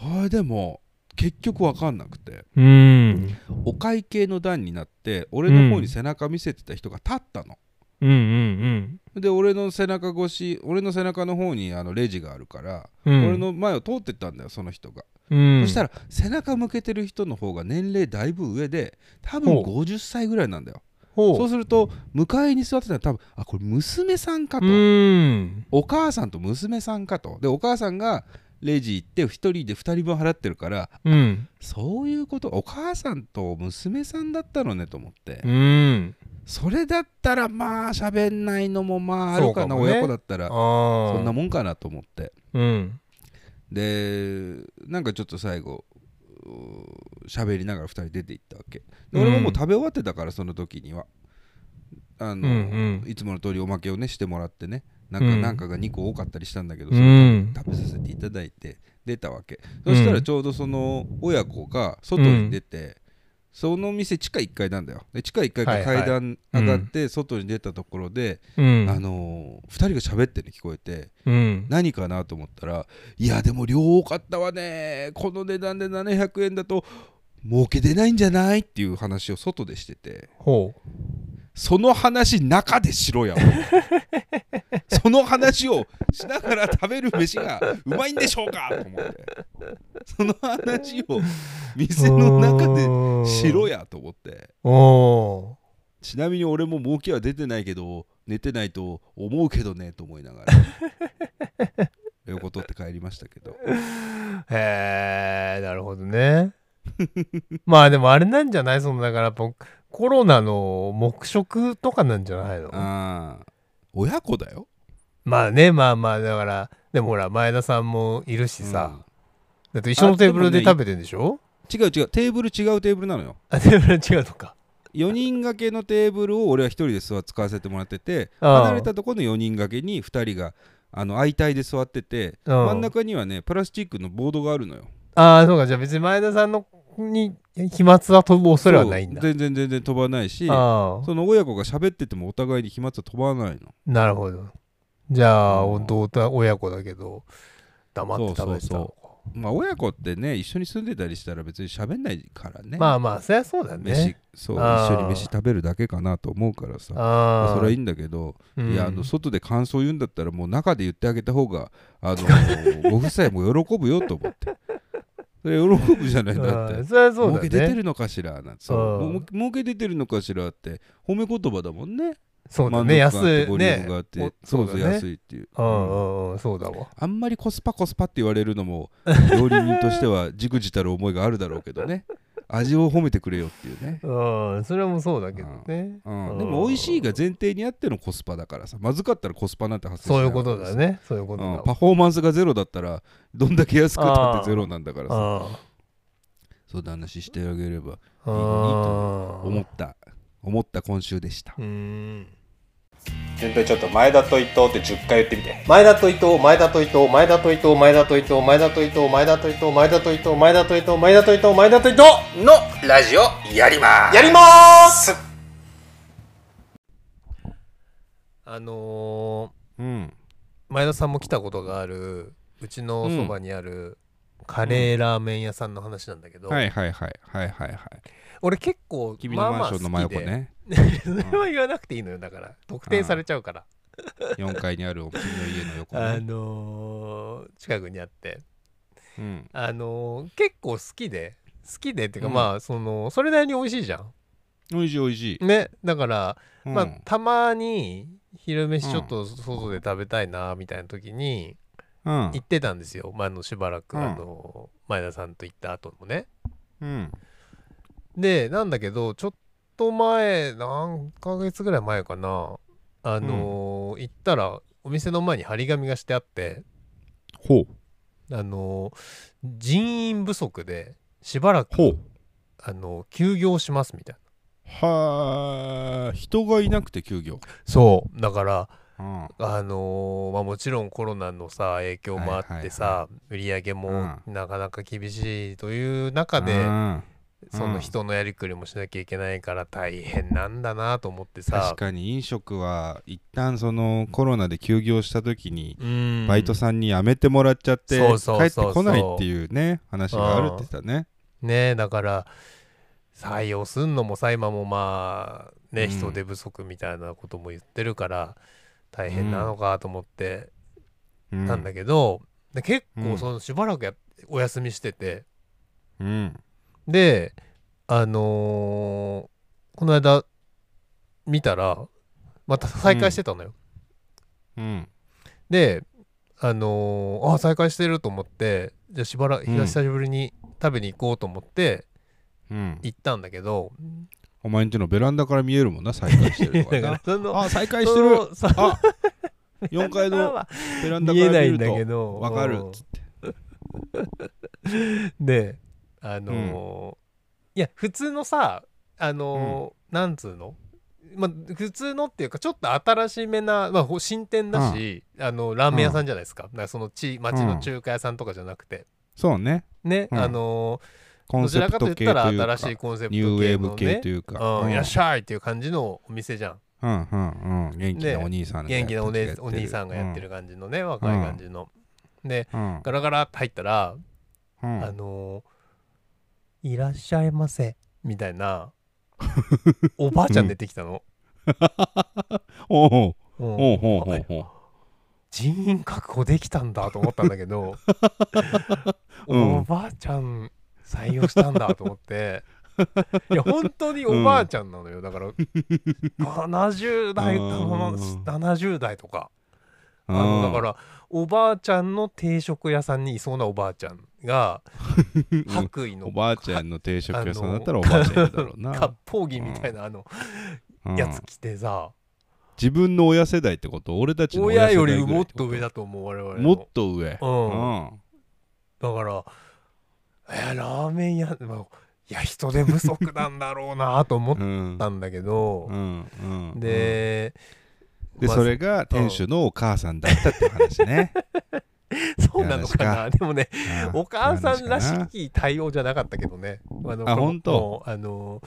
A: あれでも結局分かんなくて
B: うん
A: お会計の段になって俺の方に背中見せてた人が立ったの、
B: うんうん
A: で俺の背中越し俺の背中の方にあのレジがあるから、
B: うん
A: 俺の前を通ってったんだよその人が、
B: うん
A: そしたら背中向けてる人の方が年齢だいぶ上で多分
B: ほ
A: 50歳ぐらいなんだよそ
B: ほ
A: うすると向かいに座ってたら多分あこれ娘さんか
B: う
A: と
B: ん
A: お母さんと娘さんかとでお母さんがレジ行って1人で2人分払ってるから
B: うん。
A: そういうことお母さんと娘さんだったのねと思って、
B: うん。
A: それだったらまあ喋んないのもまああるかな
B: そうかもね
A: 親子だったら
B: ああ。
A: そんなもんかなと思って
B: うん。
A: でなんかちょっと最後うー喋りながら2人出て行ったわけで
B: うん
A: 俺ももう食べ終わってたからその時にはあの、
B: うんうん
A: いつもの通りおまけをねしてもらってねなんか、
B: うん
A: なんかが2個多かったりしたんだけど、
B: うん。
A: 食べさせていただいて出たわけそしたらちょうどその親子が外に出て、その店地下1階なんだよで地下1階から階段
B: は
A: 上
B: いはい
A: がって外に出たところで、
B: うん。
A: あの2人が喋ってるの聞こえて
B: うん。
A: 何かなと思ったらいやでも量多かったわねこの値段で700円だと儲け出ないんじゃないっていう話を外でしてて
B: ほ
A: その話中でしろや その話をしながら食べる飯がうまいんでしょうかと思ってその話を
B: う。
A: 店の中で
B: で
A: しろ
B: や。
A: やと思って
B: おお
A: ちなみに俺も儲けは出てないけど寝てないと思うけどねと思いながら横取って帰りましたけど
B: ー。へえ、なるほど ね。まあでもあれなんじゃないそのだからやっぱコロナの黙食とかなんじゃないの
A: ああ親子だよ
B: まあねまあまあだからでもほら前田さんもいるしさ、だって一緒
A: あ
B: のテーブル
A: で
B: で
A: もね
B: 食べてんでしょ
A: うん違う違うテーブル違うテーブルなのよ
B: あテーブル違うのか
A: 4人掛けのテーブルを俺は1人で座使わせてもらってて
B: ああ
A: 離れたところの4人掛けに2人があの相対で座ってて
B: うん
A: 真ん中にはねプラスチックのボードがあるのよ
B: ああそうかじゃあ別に前田さんのに飛沫は飛ぶ恐れはないんだ
A: そう全然全然飛ばないし
B: ああ
A: その親子が喋っててもお互いに飛沫は飛ばないの
B: なるほどじゃあ
A: うん
B: 弟は親子だけど黙って食べてた
A: そうそうまあ親子ってね一緒に住んでたりしたら別に喋んないからね
B: まあまあそりゃそうだ
A: 飯
B: ね
A: そう
B: ああ
A: 一緒に飯食べるだけかなと思うからさ
B: ああ
A: それはいいんだけど
B: うん
A: いやあの外で感想言うんだったらもう中で言ってあげた方があ のご夫妻も喜ぶよと思ってそれ喜ぶじゃないんだっ
B: ああ
A: て
B: そりゃそう
A: 儲
B: だ
A: け出て
B: ね
A: るのかしらなんて
B: う
A: そ
B: ん
A: う儲け出てるのかしらって褒め言葉だもんね
B: そうだ
A: 満
B: ね
A: 足感
B: 安
A: と
B: い
A: ボリュー
B: ね
A: ムがあって
B: お
A: そ
B: そうう
A: そ
B: だ
A: う
B: ね
A: 安いっていうう
B: う
A: ん
B: んうんうんそうだわ
A: あんまりコスパコスパって言われるの も料理人としてはじくじたる思いがあるだろうけどね味を褒めてくれよっていうね
B: うんそれもそうだけどね
A: うん
B: うん
A: でも美味しいが前提にあってのコスパだからさまずかったらコスパなんて発生し
B: そうい
A: な
B: うこと
A: から
B: だ
A: さ
B: ねそういうことだ
A: うん
B: わ
A: パフォーマンスがゼロだったらどんだけ安くたってゼロなんだからさ
B: ああ
A: そうだ話してあげれば
B: ああ
A: 思った思った今週でした
B: うん
C: 全体ちょっと前田と伊藤って10回言ってみて
D: 前田と伊藤前田と伊藤前田と伊藤前田と伊藤前田と伊藤前田と伊藤前田と伊藤前田と伊藤前田と伊藤前田と伊藤
C: のラジオやります
D: やります
B: あの
A: うん
B: ー前田さんも来たことがあるうちのそばにあるカレーラーメン屋さんの話なんだけど、
A: はいはいはいはいはいはい
B: 俺結構
A: 君
B: ま
A: の
B: あま
A: マン
B: あ
A: ショ
B: 好
A: ンの
B: き
A: 真横
B: で、
A: ね
B: それは言わなくていいのよだから特定されちゃうから
A: 4階にある君の家の横
B: あ
A: ね
B: のー近くにあって
A: うん
B: あのー結構好きで好きでっていうか、
A: うん
B: まあそのそれなりに美味しいじゃ
A: おいしいおいしい
B: んねだから
A: うん
B: まあたまに昼飯ちょっと外で食べたいなみたいな時に
A: うん
B: 行ってたんですよ、まあ、あのしばらく、
A: うん
B: あの前田さんと行った後もね
A: うん
B: でなんだけどちょっと前何ヶ月ぐらい前かなあのー行ったらお店の前に張り紙がしてあって
A: ほう
B: あのー人員不足でしばらく、
A: ほう
B: あのー休業しますみたい
A: はあ人がいなくて休業
B: なそうだから
A: うん
B: あのーまあ、もちろんコロナのさ影響もあってさ、
A: はいは
B: 売り上げもなかなか厳しいという中で、
A: うん
B: その人のやりくりもしなきゃいけないから大変なんだなと思ってさ
A: 確かに飲食は一旦そのコロナで休業した時に
B: うん
A: バイトさんに辞めてもらっちゃって、
B: そうそう
A: 帰
B: そう
A: って
B: そ
A: こ
B: う
A: ないっていうね話があるって言ってたね。
B: ねだから採用すんのもさ今もまあね、
A: うん
B: 人手不足みたいなことも言ってるから大変なのかと思って
A: うん
B: たんだけど、で結
A: うん
B: 構そのしばらくやお休みしてて。
A: うん
B: であのーこの間見たらまた再開してたのよ、
A: うん
B: であのーあ再開してると思ってじゃあしばらく
A: うん
B: 久しぶりに食べに行こうと思って
A: うん、
B: 行ったんだけど、
A: お前んちのベランダから見えるもんな再開してるとか
B: だから
A: な
B: その
A: あ再開してる
B: そのその
A: あ4階 の
B: は
A: ベランダ
B: 見
A: か
B: え
A: ら
B: な
A: 見
B: いん
A: る
B: だけ
A: と
B: ど
A: わかる
B: うん
A: っ つって
B: であのーいや普通のさあのーなんつうのまあ、普通のっていうかちょっと新しめな、まあ、ほ新店だし、あのラーメン屋さんじゃないですか,、だからその地町の中華屋さんとかじゃなくて、
A: そうね
B: ね、
A: うん
B: あの
A: コ
B: ー
A: ン
B: どち
A: セ
B: ら
A: プ
B: かとい
A: ト
B: っ
A: 系
B: た
A: と
B: ら
A: いうか
B: 新しいコンセプト
A: ニ
B: 系
A: ュー
B: の、
A: ウ
B: ね、
A: ェーブ系というか、
B: う、
A: うんん
B: いらっしゃいっていう感じのお店じゃん
A: うんうんうん、元気なお兄さんがや
B: 元
A: って
B: 気
A: る
B: なお,、ね、お兄さんがやって、る感じのね、若い感じの。で
A: うん
B: ガラガラって入ったら
A: うん
B: あのーいらっしゃいませ」みた いなおばあちゃん出てきたの。
A: おう
B: うん
A: おうおうおうおうおう
B: 人員確保できたんだと思ったんだけど、
A: うん
B: おばあちゃん採用したんだと思 っていや本当におばあちゃんなのよだから70代
A: あー
B: 70代とかあのだ
A: あ
B: か
A: ー
B: らおばあちゃんの定食屋さんにいそうなおばあちゃんが
A: うん
B: 白衣の、
A: おばあちゃんの定食屋さんだったらおばあちゃんだろうな
B: 割烹着みたいなあの や
A: う
B: つ
A: ん
B: 着てさ、
A: 自分の親世代ってこと俺たちの
B: 親
A: 世代
B: よ
A: ぐらい
B: り
A: てこ
B: もっと上だと思う我々の
A: もっと上
B: うん
A: うん
B: だからえーラーメン屋、まあいや人手不足なんだろうなと思っ
A: うん
B: たんだけど
A: う、んうん
B: で,
A: で
B: まあ、
A: それが店主のお母さんだったって話 ね
B: そうなのかなでもね
A: あー
B: お母さんらし
A: って話か
B: き対応じゃなかったけどねあの
A: あ
B: この
A: 本当
B: あの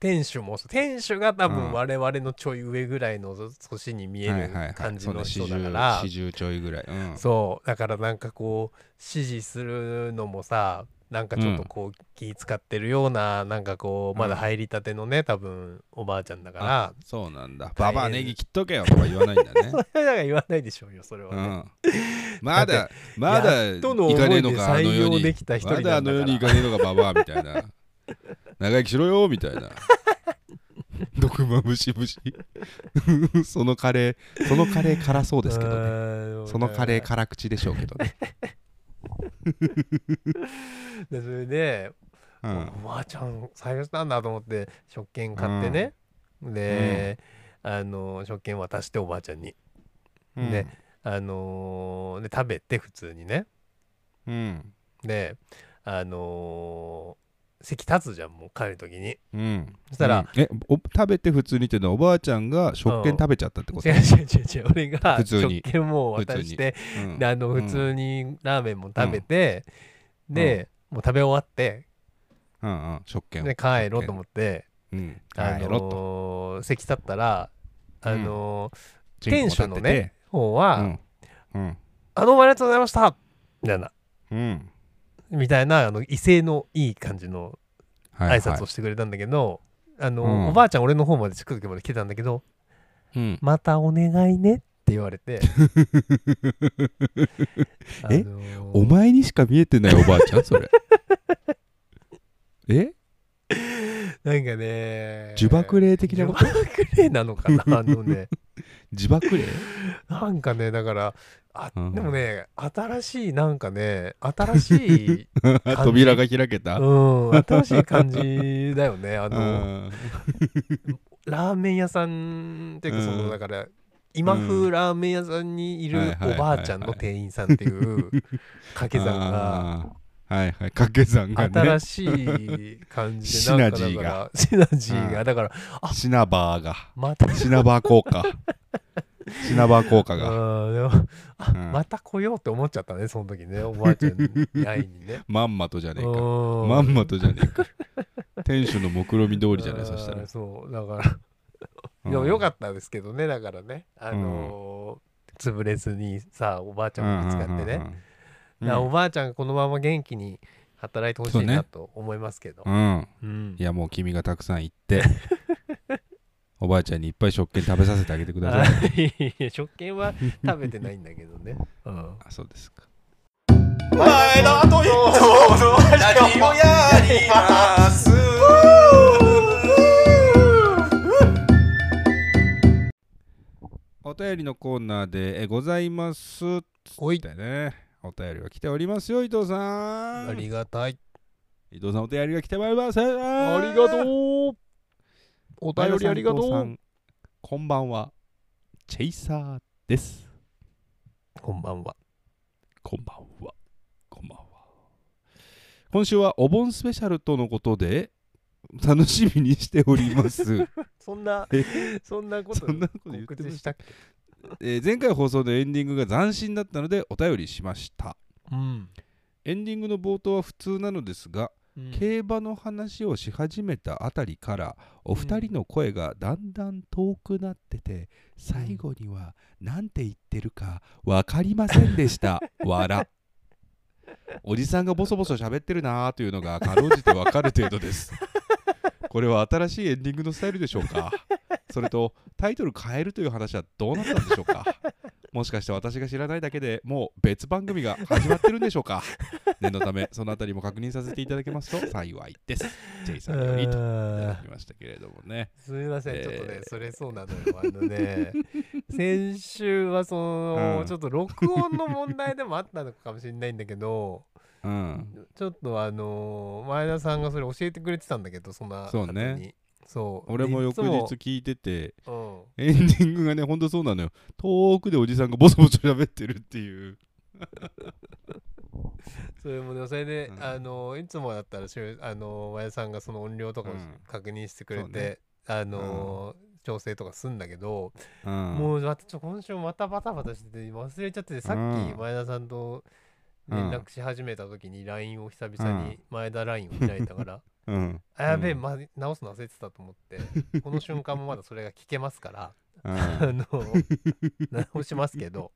B: 店主もそう店主が多分我々のちょい上ぐらいの年に見え
A: はいはいは
B: る
A: い
B: 感じの
A: そ
B: 人
A: う
B: だ
A: ね
B: から、
A: 40 40ちょいぐらいうん
B: そうだからなんかこう指示するのもさなんかちょっとこう気使ってるような、なんかこうまだ
A: うん
B: 入りたてのね多分おばあちゃんだから
A: そうなんだ。
B: 大
A: バ
B: 変
A: バアネギ切っとけよとか言わないんだね
B: そ。れ はなんか言わないでしょうよそれは
A: う
B: ね、
A: ん、まだ、まだ
B: やっ
A: 行
B: との
A: かねえの
B: 思いで
A: か、あの世
B: 採用
A: に
B: できた。人
A: ま
B: に
A: だ
B: な
A: あ
B: んだ
A: の
B: か
A: 世
B: ら
A: に行かねえのか、ババアみたいな。長生きしろよみたいな。 毒まぶしぶし。 そのカレー、そのカレー辛そうですけどね。
B: ね
A: そのカレー辛口でしょうけど ね。
B: でそれで、
A: うん
B: おばあちゃん採用したんだと思って食券買ってね、で、あの食券渡しておばあちゃんに
A: うん
B: ねあのーで食べて普通にね
A: うん。
B: であのー席立つじゃんもう帰る時に
A: うん。
B: そしたら
A: うん、えお食べて普通にっていうのは、おばあちゃんが食券食べちゃったってこと
B: 違う違う違う違う俺が
A: 普通に
B: 食券もう渡して
A: うん
B: であの
A: うん
B: 普通にラーメンも食べて、で、もう食べ終わって
A: うんうん、食券を
B: で帰ろうと思って、
A: うん、
B: あ
A: 帰ろと。
B: のー席立ったらあのー店主
A: 人口
B: の
A: 立てて
B: ね、方は、
A: うんうん
B: あの、ありがとうございましたみたいな、
A: うん
B: みたいな、あの、威勢のいい感じの
A: はいはい
B: 挨拶をしてくれたんだけど、あの、
A: うん
B: おばあちゃん俺の方まで近くまで来てたんだけど、
A: うん
B: またお願いねって言わ れてあの
A: え
B: ー
A: お前にしか見えてないおばあちゃん それえ
B: なんかね
A: 呪縛霊的なこと
B: 呪縛霊なのかなあ のね
A: 自爆霊
B: なんかねだからあ、
A: うん
B: で もね新しいなんかね新し いじ
A: 扉が開けた、
B: うん新しい感じだよねあ
A: う
B: の
A: ん
B: ラーメン屋さんっていうかその、
A: うん
B: だから今風ラーメン屋さんにい
A: はい
B: る
A: はいはいは
B: お
A: い
B: ばあちゃんの店員さんっていう掛け算
A: あ
B: が
A: ーはいはい掛け算がね
B: 新しい感じでなんかだ
A: シナジー
B: から
A: が
B: シナジー
A: う
B: が
A: ん
B: だから
A: シナバーが
B: また
A: シナバー効果シナバー効果が
B: うんでもあ
A: うん
B: また来ようって思っちゃったねその時ねおばあちゃんに会いに ね
A: まんまとじゃねえかま
B: ま
A: んまとじゃねえか店主の目論見通りじゃないそしたら
B: そうだから
A: うん
B: でもよかったですけどねだからねあのー潰れずにさおばあちゃんも見つかってねだか
A: うんうんうんうん
B: らおばあちゃんがこのまま元気に働いてほしいなと思いますけど
A: うん
B: うん
A: いやもう君がたくさん行って おばあちゃんにいっぱい食券食べさせてあげてください
B: あいやいや 食券は食べてないんだけどねうん
A: あそうですか
D: 前田と伊藤のラジオやります
A: お便りのコーナーでえございますっつ
B: おい
A: ってねお便りが来ておりますよ伊藤さ
B: あ
A: ん
B: りがたい
A: 伊藤さんお便りが来てまいりますあ
B: ありがとうお
A: 前田
B: 便り
A: さん
B: ありがと
A: 伊藤さ
B: うん
A: こんばんはチェイサーです
B: こんばんは
A: こんばんは。こんばんは。今週はお盆スペシャルとのことで楽しみにしております。
B: そんな
A: え
B: そんな こ
A: そんなこと言って
B: 告
A: ま
B: 知
A: し
B: したた
A: っ
B: っ
A: け
B: け
A: えー前回放送のエンディングが斬新だったのでお便りしました。
B: うん、
A: エンディングの冒頭は普通なのですが、
B: うん
A: 競馬の話をし始めたあたりからお二人の声がだんだん遠くなってて最後には何て言ってるか分かりませんで した「笑」おじさんがボソボソ喋ってるなーというのがかろうじて分かる程度ですこれは新しいエンディングのスタイルでしょうかそれとタイトル変えるという話はどうなったんでしょうかもしかして私が知らないだけでもう別番組が始まってるんでしょうか念のためそのあたりも確認させていただけますと幸いです。ジェイさんよりといただ
B: あ
A: きましたけれどもね。
B: ーすみません、ちょっと
A: え
B: ね
A: ー、
B: それそうなのよ。あの ね、先週はその、
A: うん
B: ちょっと録音の問題でもあったのかもしれないんだけど、
A: うん。
B: ちょっとあのー前田さんがそれ教えてくれてたんだけど、そんな
A: そうね
B: 後に。そう。
A: 俺も
B: でい
A: 翌
B: つ
A: 日聞いてて
B: うん
A: エンディングがねほんとそうなのよ遠くでおじさんがボソボソ喋ってるっていう
B: それもね、それで、
A: うん
B: あのーいつもだったらしゅ、あのー前田さんがその音量とかを
A: うん
B: 確認してくれて、
A: そうね
B: あのー調整とかすんだけど、
A: うん
B: もうまたちょ今週またバタバタしてて忘れちゃっててさっ
A: う
B: き
A: ん
B: 前田さんと連絡し始めた時に LINE を久々に前田 LINE を開い たから、
A: うん
B: あやべえ、
A: うん
B: ま、直すの忘れてたと思ってこの瞬間もまだそれが聞けますから
A: う
B: あ
A: ん
B: の直しますけど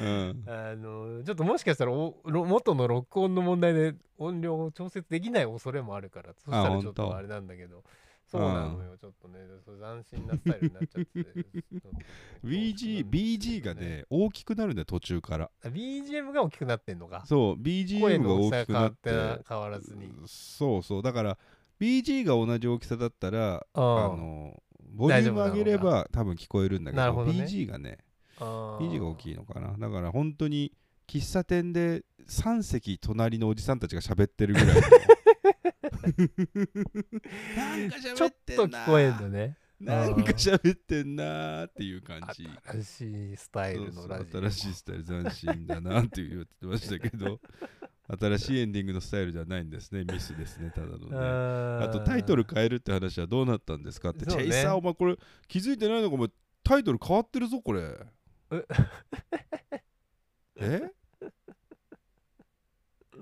A: うん
B: あのちょっともしかしたらおろ元の録音の問題で音量を調節できない恐れもあるからそしたらちょっ
A: 本
B: と
A: 当
B: あれなんだけどそうなのよちょっとねそう斬新なスタイルになっちゃっててちょっとね
A: BG, BG がね大きくなるんだよ途中から
B: あ BGM が大きくなってんのか。
A: そう
B: 声
A: BGM が
B: の大き
A: 大
B: さ
A: きく
B: が変
A: な
B: わ
A: っ
B: ってな
A: て
B: 変わらずに。
A: そうそうだから BG が同じ大きさだったら
B: あ
A: あのボリューム上げれ
B: 大丈夫な
A: ば多分聞こえるんだけ
B: な
A: ど
B: るほどね
A: BG がね
B: あ
A: ビジが大きいのかなだから本当に喫茶店で3席隣のおじさんたちが喋ってるぐらい の なんか
B: ちょ
A: 喋
B: っ
A: って
B: と
A: んな
B: 聞こえんのね。
A: なんか喋ってんなーっていう感じ
B: 新しいスタイル
A: そ
B: の
A: う
B: ラジ
A: そ
B: オ。
A: う新しいスタイル斬新だなって言ってましたけ ど新しいエンディングのスタイルではないんですねミスですねただのね
B: あ
A: あとタイトル変えるって話はどうなったんですかって、
B: そ
A: チ
B: うね
A: ェイサーお前これ気づいてないのかお前タイトル変わってるぞこ れ
B: え
A: え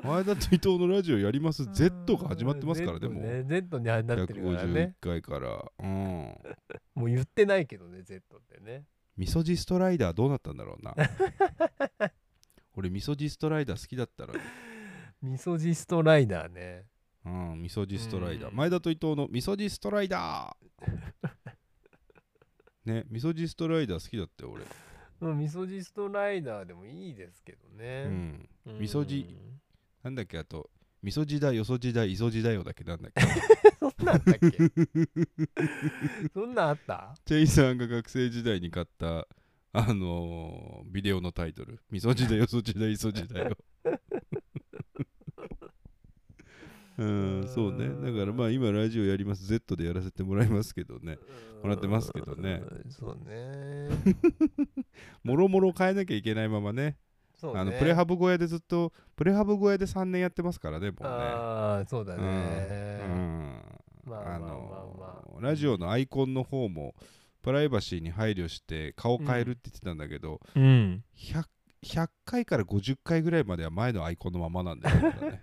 A: 前田と伊藤のラジオやります Z が始まってますからね
B: うん
A: もう
B: Z ね Z になってるから
A: 151
B: ね。
A: 回からうん
B: もう言ってないけどね、Z ってね。
A: ミソジストライダーどうなったんだろうな 俺ミソジストライダー好きだったのに
B: ミソジストライダーね。
A: うん、ミソジストライダー。
B: うん
A: 前田と伊藤のミソジストライダー。 ね、ミソジストライダー好きだって俺。
B: うんミソジストライダーでもいいですけど
A: う
B: ね。
A: ん。
B: うん
A: ミソジ。なんだっけ、あと、ミソジだ、よそじだ、イソジだよだっけなんだっけ。
B: そんなんあったっけ そんなんあった
A: チェイさんが学生時代に買った、あのービデオのタイトル。ミソジだ、よそじだ、イソジだ よ。うん、そうね。だからまあ今ラジオやります。Z でやらせてもらいますけどね。もらってますけどね
B: うん。そうね。
A: もろもろ変えなきゃいけないままね。
B: そう ね
A: あのプレハブ小屋でずっとプレハブ小屋で3年やってますからねもうね
B: ああ、そうだ
A: うん
B: ね。
A: うん
B: まあま
A: あ
B: あまあま
A: のラジオのアイコンの方もプライバシーに配慮して顔変えるって言ってたんだけど、
B: あ。うん。
A: 100, 100回から50回ぐらいまでは前のアイコンのままなん だよねこれね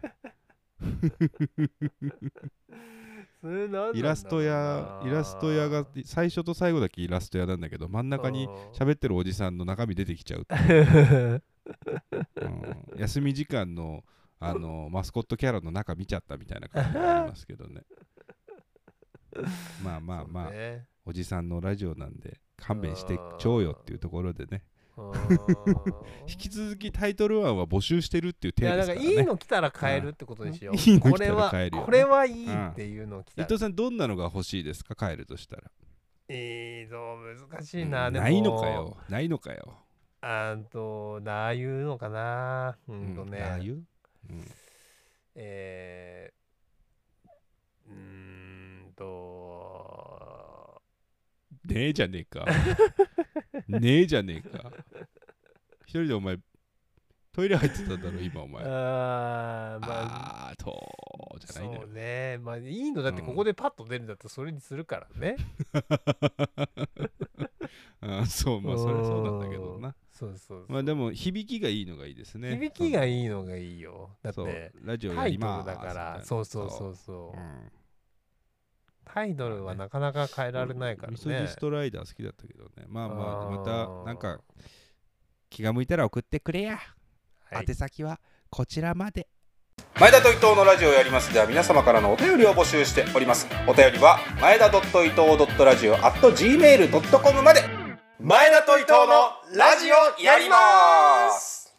B: それなんなんだろうな
A: イラストやイラスト屋が最初と最後だけイラスト屋なんだけど真ん中に喋ってるおじさんの中身出てきちゃうっていう
B: うん
A: うん休み時間のあのマスコットキャラの中見ちゃったみたいな感じがありますけどねまあまあまあ、
B: そうね
A: おじさんのラジオなんで勘弁して
B: あー
A: ちょうよっていうところでね
B: うん
A: 引き続きタイトル案は募集してるっていう
B: い
A: 点
B: や
A: で
B: な
A: す
B: ん
A: か
B: からい
A: ね
B: いの来たら変えるってことにしよう。
A: うんいいの
B: これ
A: 来たら
B: は
A: 変えるよね
B: これはいいっていうのを来
A: 伊
B: たら
A: 藤さんどんなのが欲しいですか帰るとしたら
B: えーと、難しいな。でも
A: ないのか。よ。ないのかよ。
B: あんと、なあいうのかな。うんとね。
A: ああいう
B: えー、うーんと、
A: ねえじゃねえ か。ねえじゃねえか。一人でお前、トイレ入ってたんだろ、今お前。あ
B: あーまあ、
A: あーとーじゃないんだ
B: そ
A: よ
B: う。ね。まあ、いいのだって、ここでパッと出るんだったら、それにするから ね。
A: あーそう、まあ、それはそうなんだけどな。
B: そうそうそう
A: まあ、でも、響きがいいのがいいですね。
B: 響きがいいのがいいよ。だっ
A: そ
B: て
A: う、、ラジオ
B: タ
A: や
B: イ
A: り
B: ト
A: ま
B: ル
A: す
B: だから、
A: みたいな
B: そうそうそうそう
A: う。
B: うん
A: ん
B: タイトルはなかなか変えられないから
A: ミソジ
B: ね
A: ス。トライダー好きだったけどね。まあまあ、
B: あー
A: また、なんか、気が向いたら送ってくれや。
B: はい
A: 宛先はこちらまで。
C: 前田と伊藤のラジオをやりますでは皆様からのお便りを募集しておりますお便りは前田伊藤ラジオ at gmail.com まで前田と伊藤のラジオやります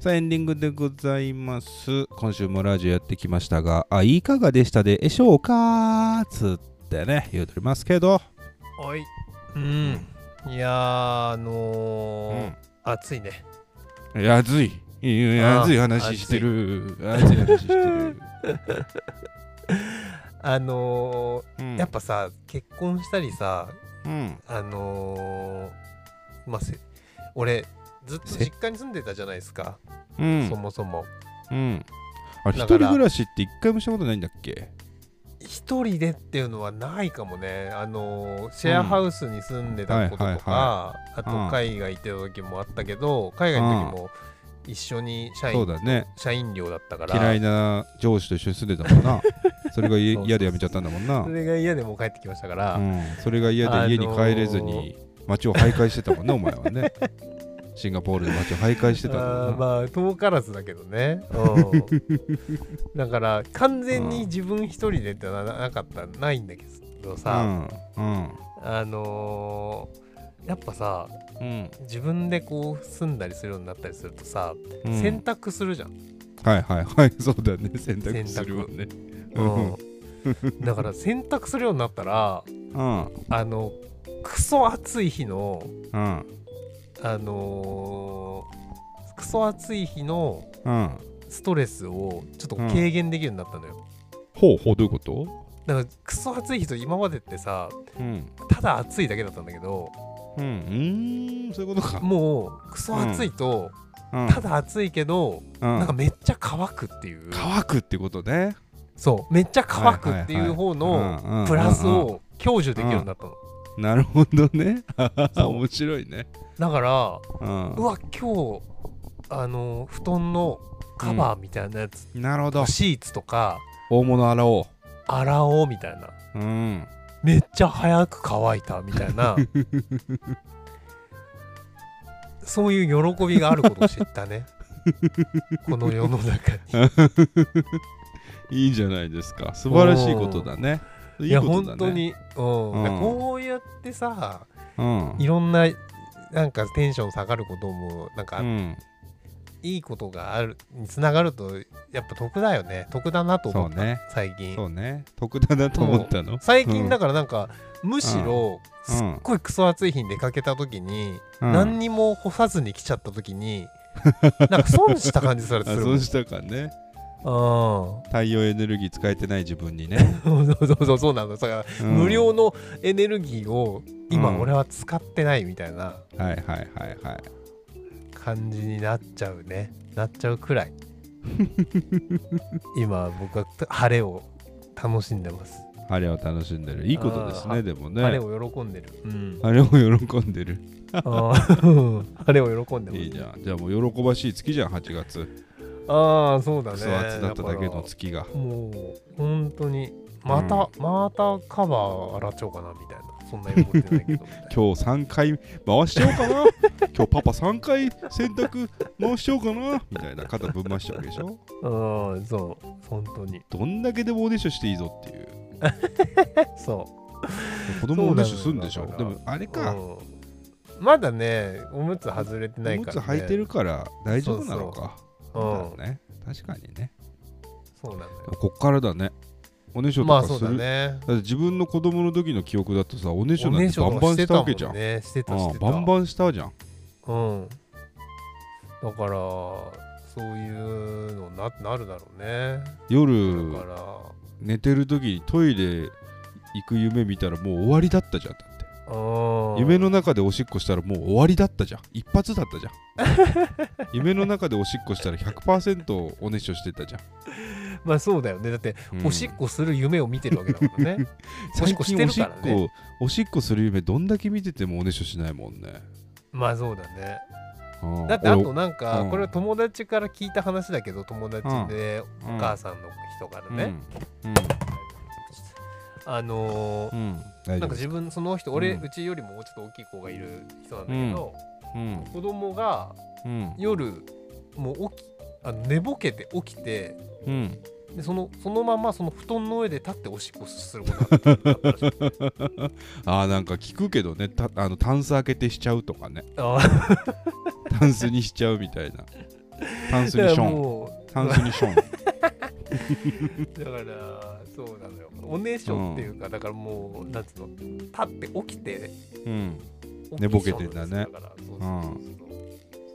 A: さあ、エンディングでございます。今週もラジオやってきましたが、あ、いかがでしたでしょうかつってね、言うとりますけど。
B: おい。うん。いやー、あのー
A: うん
B: 暑いね。
A: やずい。いや
B: あー
A: ずい話してる。やずい話して る。
B: あのーやっぱさ、結婚したりさ、
A: うん、うん。
B: あのーまあ、せ俺、ずっと
A: せ
B: 実家に住んでたじゃないですか、
A: うん
B: そ。もそも。
A: うん。あれ、一
B: だ
A: 人
B: から
A: 暮らしって一回もしたことないんだっけ
B: 一人でっていうのはないかもね、あのーシェアハウスに住んでたこと
A: はい
B: と
A: は
B: か、
A: うん
B: あと海外行ってた時もあったけど、海外の時も一緒に社
A: そう
B: 員
A: だね。
B: 社員寮だったから、
A: 嫌いな上司と一緒に住んでたもん な。それがい
B: そうそう
A: 嫌で辞めちゃったんだもんな
B: そ。れが嫌でもう帰ってきましたから、
A: うん、それが嫌で家に帰れずに街を徘徊してたもん ね、お前はね。シンガポールの街を徘徊してたんだ
B: あ
A: も
B: ー
A: んな。
B: まあ遠からずだけどね、うん、だから完全に自分一人でってななかったないんだけどさ、
A: うん
B: あのーやっぱさ
A: うん
B: 自分でこう住んだりするようになったりするとさ、
A: うん
B: 洗濯するじゃん、
A: はいはいはいそうだね洗濯するわねうん
B: うんだから洗濯するようになったら
A: うん
B: あのクソ暑い日の
A: うん
B: あのークソ暑い日の
A: うん
B: ストレスをちょっと軽減できるようになったのよ、
A: ほうほうどういうこと
B: だからクソ暑い日と今までってさ
A: うん
B: ただ暑いだけだったんだけど
A: うんうーんそういうことか
B: もうクソ暑いと、
A: うん
B: ただ暑いけど、
A: うん
B: なんかめっちゃ乾くっていう
A: 乾くってことね
B: そうめっちゃ乾くっていう方の
A: の
B: プラスを享受できるようになったの、
A: なるほどね
B: そう
A: 面白いね
B: だから
A: うん
B: うわ今日あの布団のカバーみたいなやつ、
A: なるほど
B: シーツとか
A: 大物洗お
B: 洗おうみたいな
A: ううん
B: めっちゃ早く乾いたみた いなそういう喜びがあることを知ったねこの世 の中に
A: いいじゃないですか素晴らしいことだねい
B: い
A: い
B: や
A: ことだ
B: 本
A: ね
B: 当に、うん
A: うん
B: こうやってさ
A: うん
B: いろんななんかテンション下がることもなんか、
A: うん
B: いいことがあるにつながるとやっぱ得だよね得だなと
A: そ
B: 思
A: う
B: った、
A: ね
B: 最近
A: そうね得だなと思ったの
B: 最近
A: だ
B: だからなんか、むしろ
A: うん
B: すっごいクソ暑い日に出かけた時に、何にも干さずに来ちゃった時に なんか損した感じされて
A: あ
B: する
A: そうしたかね
B: もん
A: 太陽エネルギー使えてない自分にね、
B: うんそうそうそうそうなのだから、
A: うん
B: 無料のエネルギーを
A: う
B: 今
A: ん
B: 俺は使ってないみたいな
A: はいはいはいはい
B: 感じになっちゃうねなっちゃうくら い今僕は晴れを楽しんでます
A: 晴れを楽しんでるいいことです
B: あ
A: ね
B: ー
A: でもね
B: 晴れを喜んでる。うん。
A: 晴れを喜んでる
B: あー 晴れを喜んでます。
A: いいじゃんじゃあもう喜ばしい月じゃん8月
B: ああ、そうだね。
A: クソ暑だっただけの月が
B: らもう、本当に、また、またカバー洗っちゃおうかなみたいな。そんなに思ってないけど。
A: 今日3回回しちゃおうか な今日パパ3回洗濯回しちゃおうかなみたいな肩ぶん回しちゃうわけでしょ
B: うん、そう、本当に。
A: どんだけでもおねしょしていいぞっていう
B: そ
A: 子供おねしょするんでしょ
B: そうな
A: で
B: のよ
A: もあれ
B: う。
A: か、
B: うんまだね、おむつ外れてない
A: おむ
B: か
A: つ
B: ら、ね。
A: 履いてるから大丈夫なのか
B: そうそう
A: そうだね確かにね
B: そうなんだよ
A: こっからだねおねしょと
B: まあ
A: か
B: そう
A: す
B: だ
A: る、
B: ね
A: だって自分の子供の時の記憶だとさおねしょなんてバ
B: お
A: ン
B: ね
A: バン
B: し
A: した
B: ょとかしてた
A: わ
B: も
A: けじゃん
B: んねしてた
A: あ
B: し
A: あ
B: てた
A: バンバンしたじゃん
B: うんだからそういうのななるだろうね
A: 夜
B: だから
A: 寝てる時にトイレ行く夢見たらもう終わりだったじゃんだって
B: うん
A: 夢の中でおしっこしたらもう終わりだったじゃ ん一発だったじゃん夢の中でおしっこしたら100%おねしょしてたじゃん、
B: まあそうだよねだって
A: うん
B: おしっこする夢を見てるわけだからねおし
A: 最
B: っ
A: 近
B: こして
A: お
B: る
A: しっ
B: からね
A: こおしっこする夢どんだけ見ててもおねしょしないもんね
B: まあそうだね
A: ああ
B: だってあとなんか、
A: うん
B: これは友達から聞いた話だけど友達でお
A: うん
B: 母さんの人からね、
A: うん
B: あのー
A: うん、うん、大丈
B: なん
A: 夫
B: か
A: です
B: 自分その人俺、う
A: うん
B: ちよりもちょっと大きい子がいる人なんだけど、
A: うん
B: 子供が
A: うん
B: 夜もう起きあの寝ぼけて起きて
A: うん
B: でそのそのままその布団の上で立っておしっこすることがあったらしい
A: ああなんか聞くけどねたあのタンス開けてしちゃうとかね
B: あー
A: タンスにしちゃうみたいなタンスに
B: だ
A: シ
B: から
A: ョン
B: も
A: タンスにション
B: うだからそうなのよおねしょっていうか、だからもうなんつうの立って起きて
A: うん寝ぼけてんだね
B: だからそうそうそうそう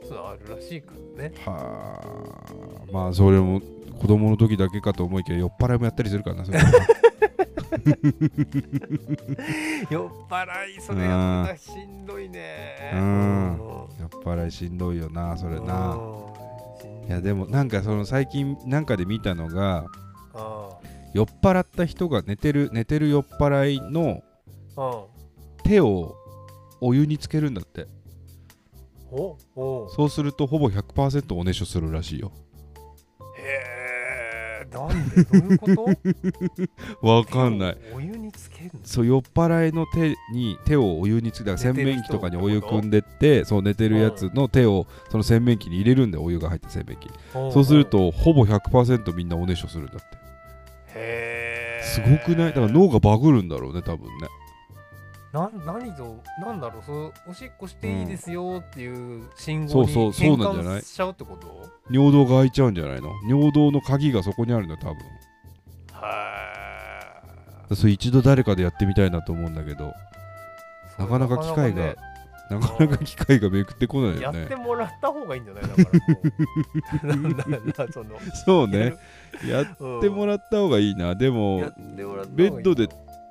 B: そうあるらしいからね。
A: はあまあそれも子供の時だけかと思いきや酔っ払いもやったりするからなそれ
B: 酔っ払い、それやったらしんどいね。
A: うん
B: うん
A: 酔っ払いしんどいよなそれな。
B: うんしんど
A: いやでもなんかその最近なんかで見たのが
B: あ
A: 酔っ払った人が寝てる寝てる酔っ払いの
B: あうん
A: 手をお湯につけるんだって
B: おお
A: そうするとほぼ100%おねしょするらしいよ
B: へえ、なんでどうい うこと
A: わかんない。
B: お湯につけるの
A: そう酔っ払いの手に手をお湯につけたら洗
B: 寝てる人
A: 面器とかにお湯汲んでってそう寝てるやつの手をその洗面器に入れるんでお湯が入った洗面器に
B: ん
A: そうする。とほぼ100%みんなおねしょするんだって
B: へえ。
A: すごくないだから脳がバグるんだろうね多分ね
B: なん何と、なんだろう、そうおしっこしていいですよっていう信
A: そ
B: 号
A: う
B: に
A: そうそ
B: 変
A: うなんじゃない
B: 換しちゃうってこと
A: 尿道が開いちゃうんじゃないの尿道の鍵がそこにあるんだ多分
B: は
A: それ一度誰かでやってみたいなと思うんだけど
B: い。
A: なかなか機会が
B: ね
A: なかなか機会がめくってこない
B: や
A: よ
B: って
A: ね
B: もらった方がいいんじゃないだからもう なんだろうなその
A: そうねやっ
B: や
A: てもら
B: ら
A: った方がいいなで
B: や
A: も
B: ってもらった方がい
A: ベ
B: い
A: ッドで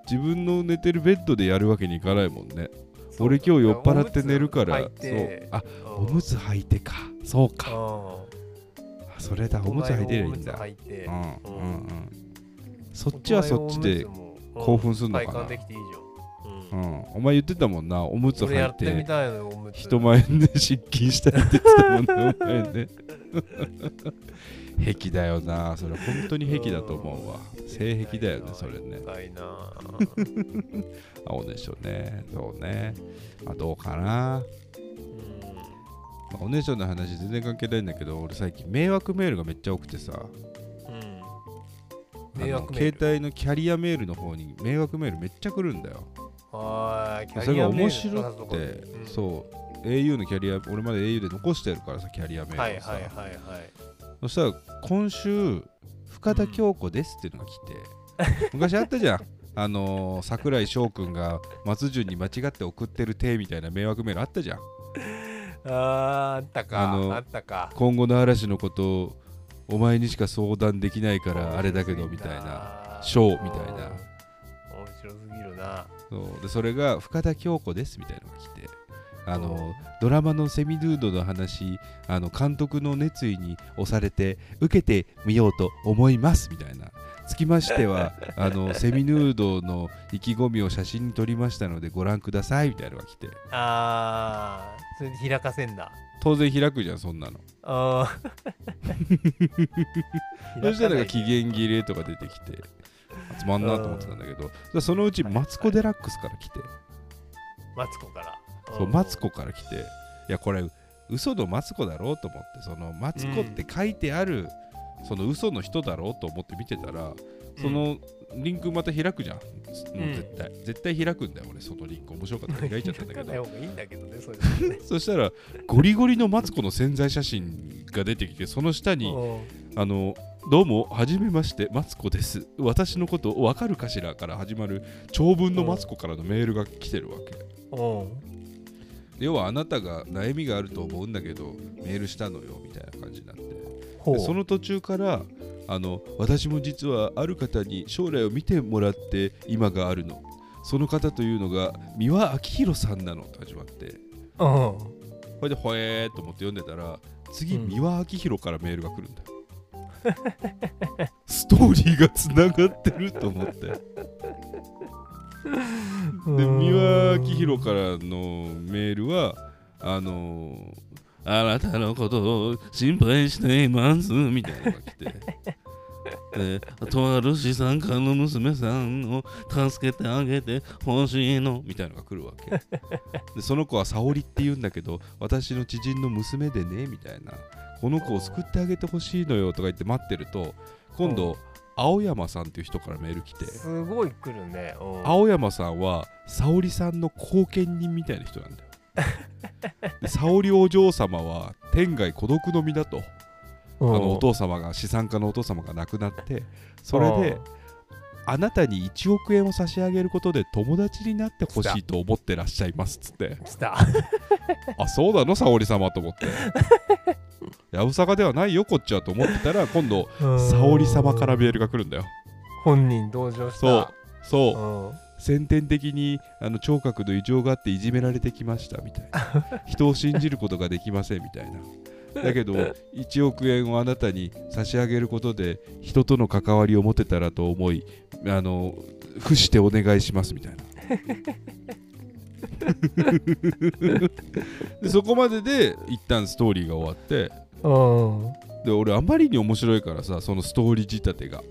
A: 自分の寝てるベッドでやるわけにいかないもんね
B: そう
A: 俺今日酔っ払って寝るから
B: お
A: そ
B: むつ履いうて
A: あ
B: うん
A: おむつ履いてかそうか
B: う
A: あそれだ
B: ん
A: おむつ履いてりゃいいんだ
B: おむつ履いて
A: うん
B: うん
A: うんうんそっちはそっちで
B: お、前のおむつも
A: 興奮すんのかな
B: 体感できていいじゃん
A: う
B: うん
A: ん、お前言ってたもんなおむつ
B: それや
A: 履い
B: ってみ
A: て
B: たいのよおむつ
A: 人前で失禁したいって言ってたもんねお前ね 癖だよなそれ本当に癖だと思うわ性癖だよねそれね
B: 痛いな
A: あおねしょねそうねまあどうかな
B: うん
A: まあおねしょの話全然関係ないんだけど俺最近迷惑メールがめっちゃ多くてさ
B: うん
A: あ
B: 迷
A: の
B: 惑メー
A: 携
B: ル
A: 帯のキャリアメールの方に迷惑メールめっちゃ来るんだよ
B: はーいキ
A: そ
B: ャ
A: れ
B: リ
A: が
B: アメール
A: 面白
B: 探すと
A: く
B: こ
A: て
B: うん
A: そう au のキャリア俺まで au で残してるからさキャリアメ
B: は
A: ー
B: い
A: ルをさ、
B: はいはいはい
A: そしたら今週深田恭子ですっていうのが来て、昔あったじゃん あのー桜井翔くんが松潤に間違って送ってる手みたいな迷惑メールあったじゃん
B: あーあったか
A: あの
B: あったか
A: 今後の嵐のことをお前にしか相談できないからあれだけどみたいなショーみたいな
B: うん面白すぎるな
A: そうでそれが深田恭子ですみたいなのが来てあのドラマの「セミヌード」の話あの監督の熱意に押されて受けてみようと思いますみたいなつきまして はあのセミヌードの意気込みを写真に撮りましたのでご覧くださいみたいなのが来て
B: あーそれで開かせんだ
A: 当然開くじゃんそんなの
B: あー
A: そしたら
B: 開かない
A: 期限切れとか出てきてあつまんなと思ってたんだけどそそのうちマツコ・デラックスから来て
B: マツコから
A: そうマツコから来ていやこれ嘘のマツコだろうと思ってそのマツコって書いてある、その嘘の人だろうと思って見てたらそのリンクまた開くじゃん、もう絶対絶対開くんだよ俺そのリンク面白かったから開いちゃったんだけ
B: 開かない
A: ど
B: 方がいいんだけどねそういうのね
A: そしたらゴリゴリのマツコの宣材写真が出てきてその下に
B: うん
A: あのどうも、はじめまして、マツコです。私のことわかるかしらから始まる長文のマツコからのメールが来てるわけ。
B: うん
A: 要はあなたが悩みがあると思うんだけど、メールしたのよみたいな感じになって。
B: ほう
A: でその途中からあの私も実はある方に将来を見てもらって今があるのその方というのが三輪明宏さんなのと始まって
B: うん
A: これでほえーと思って読んでたら次、
B: うん
A: 三輪明宏からメールが来るんだよストーリーがつながってると思ってで三輪明宏からのメールはあのあなたのことを心配していますみたいなのが来てでとある資産家の娘さんを助けてあげてほしいのみたいなのが来るわけでその子は沙織って言うんだけど私の知人の娘でねみたいなこの子を救ってあげてほしいのよとか言って待ってると今度、青山さんっていう人からメール来て
B: すごい来るねうん
A: 青山さんは沙織さんの後見人みたいな人なんだよで沙織お嬢様は天涯孤独の身だと
B: うん
A: あのお父様が資産家のお父様が亡くなってそれであなたに1億円を差し上げることで友達になってほしいと思ってらっしゃいますっつって
B: 来た
A: あそうなの沙織様と思ってやぶさかではないよこっちはと思ってたら今度沙織様からメールが来るんだよ
B: 本人同情した
A: そうそう
B: う、ん、
A: 先天的にあの聴覚の異常があっていじめられてきましたみたいな人を信じることができませんみたいなだけど1億円をあなたに差し上げることで人との関わりを持てたらと思いあの付してお願いしますみたいなでそこまでで一旦ストーリーが終わって
B: うん
A: で俺あまりに面白いからさそのストーリー仕立てが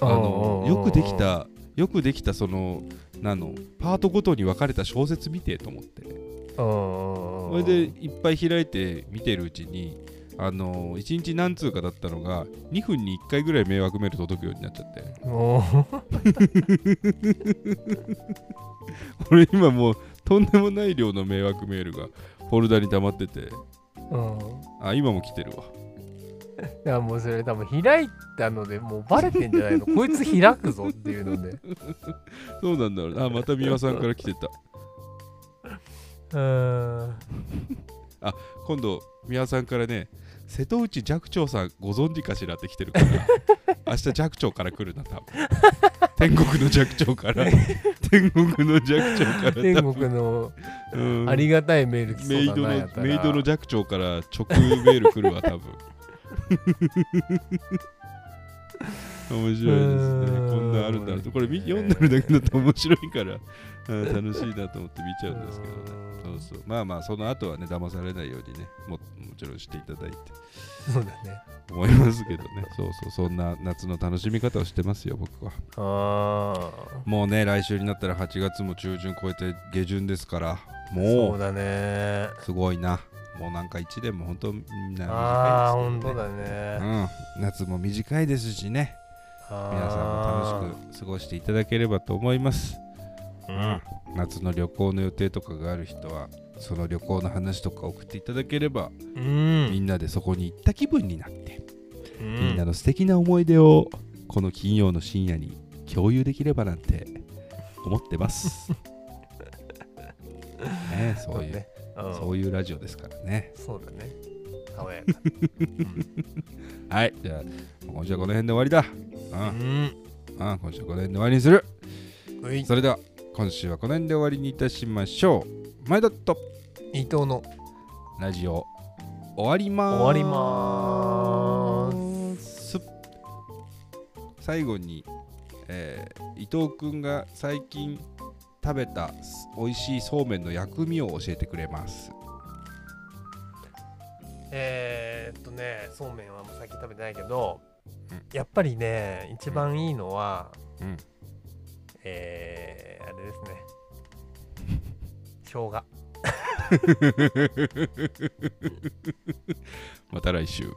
A: あのよくできたよくできたそのなのパートごとに分かれた小説見てと思って
B: そ
A: それでいっぱい開いて見てるうちにあの1日何通かだったのが2分に1回ぐらい迷惑メール届くようになっちゃって
B: も
A: これ今もうとんでもない量の迷惑メールがフォルダに溜まってて
B: う、うん、
A: あ今も来てるわ
B: いやもうそれ多分開いたのでもうバレてんじゃないのこいつ開くぞっていうので
A: そうなんだろうなあまた美輪さんから来てた
B: うん
A: 今度美輪さんからね瀬戸内寂聴さんご存知かしらって来てるから 明日寂聴から来るな多分天国の寂聴から 天国の寂聴から
B: 天
A: 多分
B: 国の
A: うん
B: ありがたいメール来
A: メイ
B: そう
A: ド
B: だなや
A: の
B: ったら
A: メイドの寂聴から直メール来るわ多分面白いですね
B: うん
A: こんなんあるんだなとこれ見読んでるだけだと面白い から、うん楽しいなと思って見ちゃうんですけどねそうそうまあまあその後はね騙されないようにねももちろんしていただいて
B: そうだね
A: 思いますけど ねそうそうそんな夏の楽しみ方をしてますよ僕は
B: あ
A: もうね来週になったら8月も中旬超えて下旬ですから
B: あそう
A: も
B: だね
A: うすごいなもうなんか1年も本当みんな
B: ああ
A: 短い
B: 本
A: です
B: 当
A: よね
B: だね
A: うん、夏も短いですしね皆さんも楽しく過ごしていただければと思います、
B: く
A: 夏の旅行の予定とかがある人はその旅行の話とか送っていただければ、
B: うん
A: みんなでそこに行った気分になって
B: う
A: みんなんの素敵な思い出をこの金曜の深夜に共有できればなんて思って ます。ねえそういう、
B: うん
A: そういうラジオですからね。
B: そうだね爽や
A: はい、じゃあ今週はこの辺で終わりだ。
B: か
A: う
B: うん
A: ん、うん、今週はこの辺で終わりにする。
B: うい
A: それでは今週はこの辺で終わりにいたしましょう。前田と
B: 伊藤の
A: ラジオ終わります。
B: 終わりまー
A: す最後に、えー伊藤君が最近食べたす美味しいそうめんの薬味を教えてくれます
B: えー、っとねそうめんはもう最近食べてないけど、
A: うん
B: やっぱりね一番いいのは、
A: うん
B: えー、あれですね生姜
A: また来週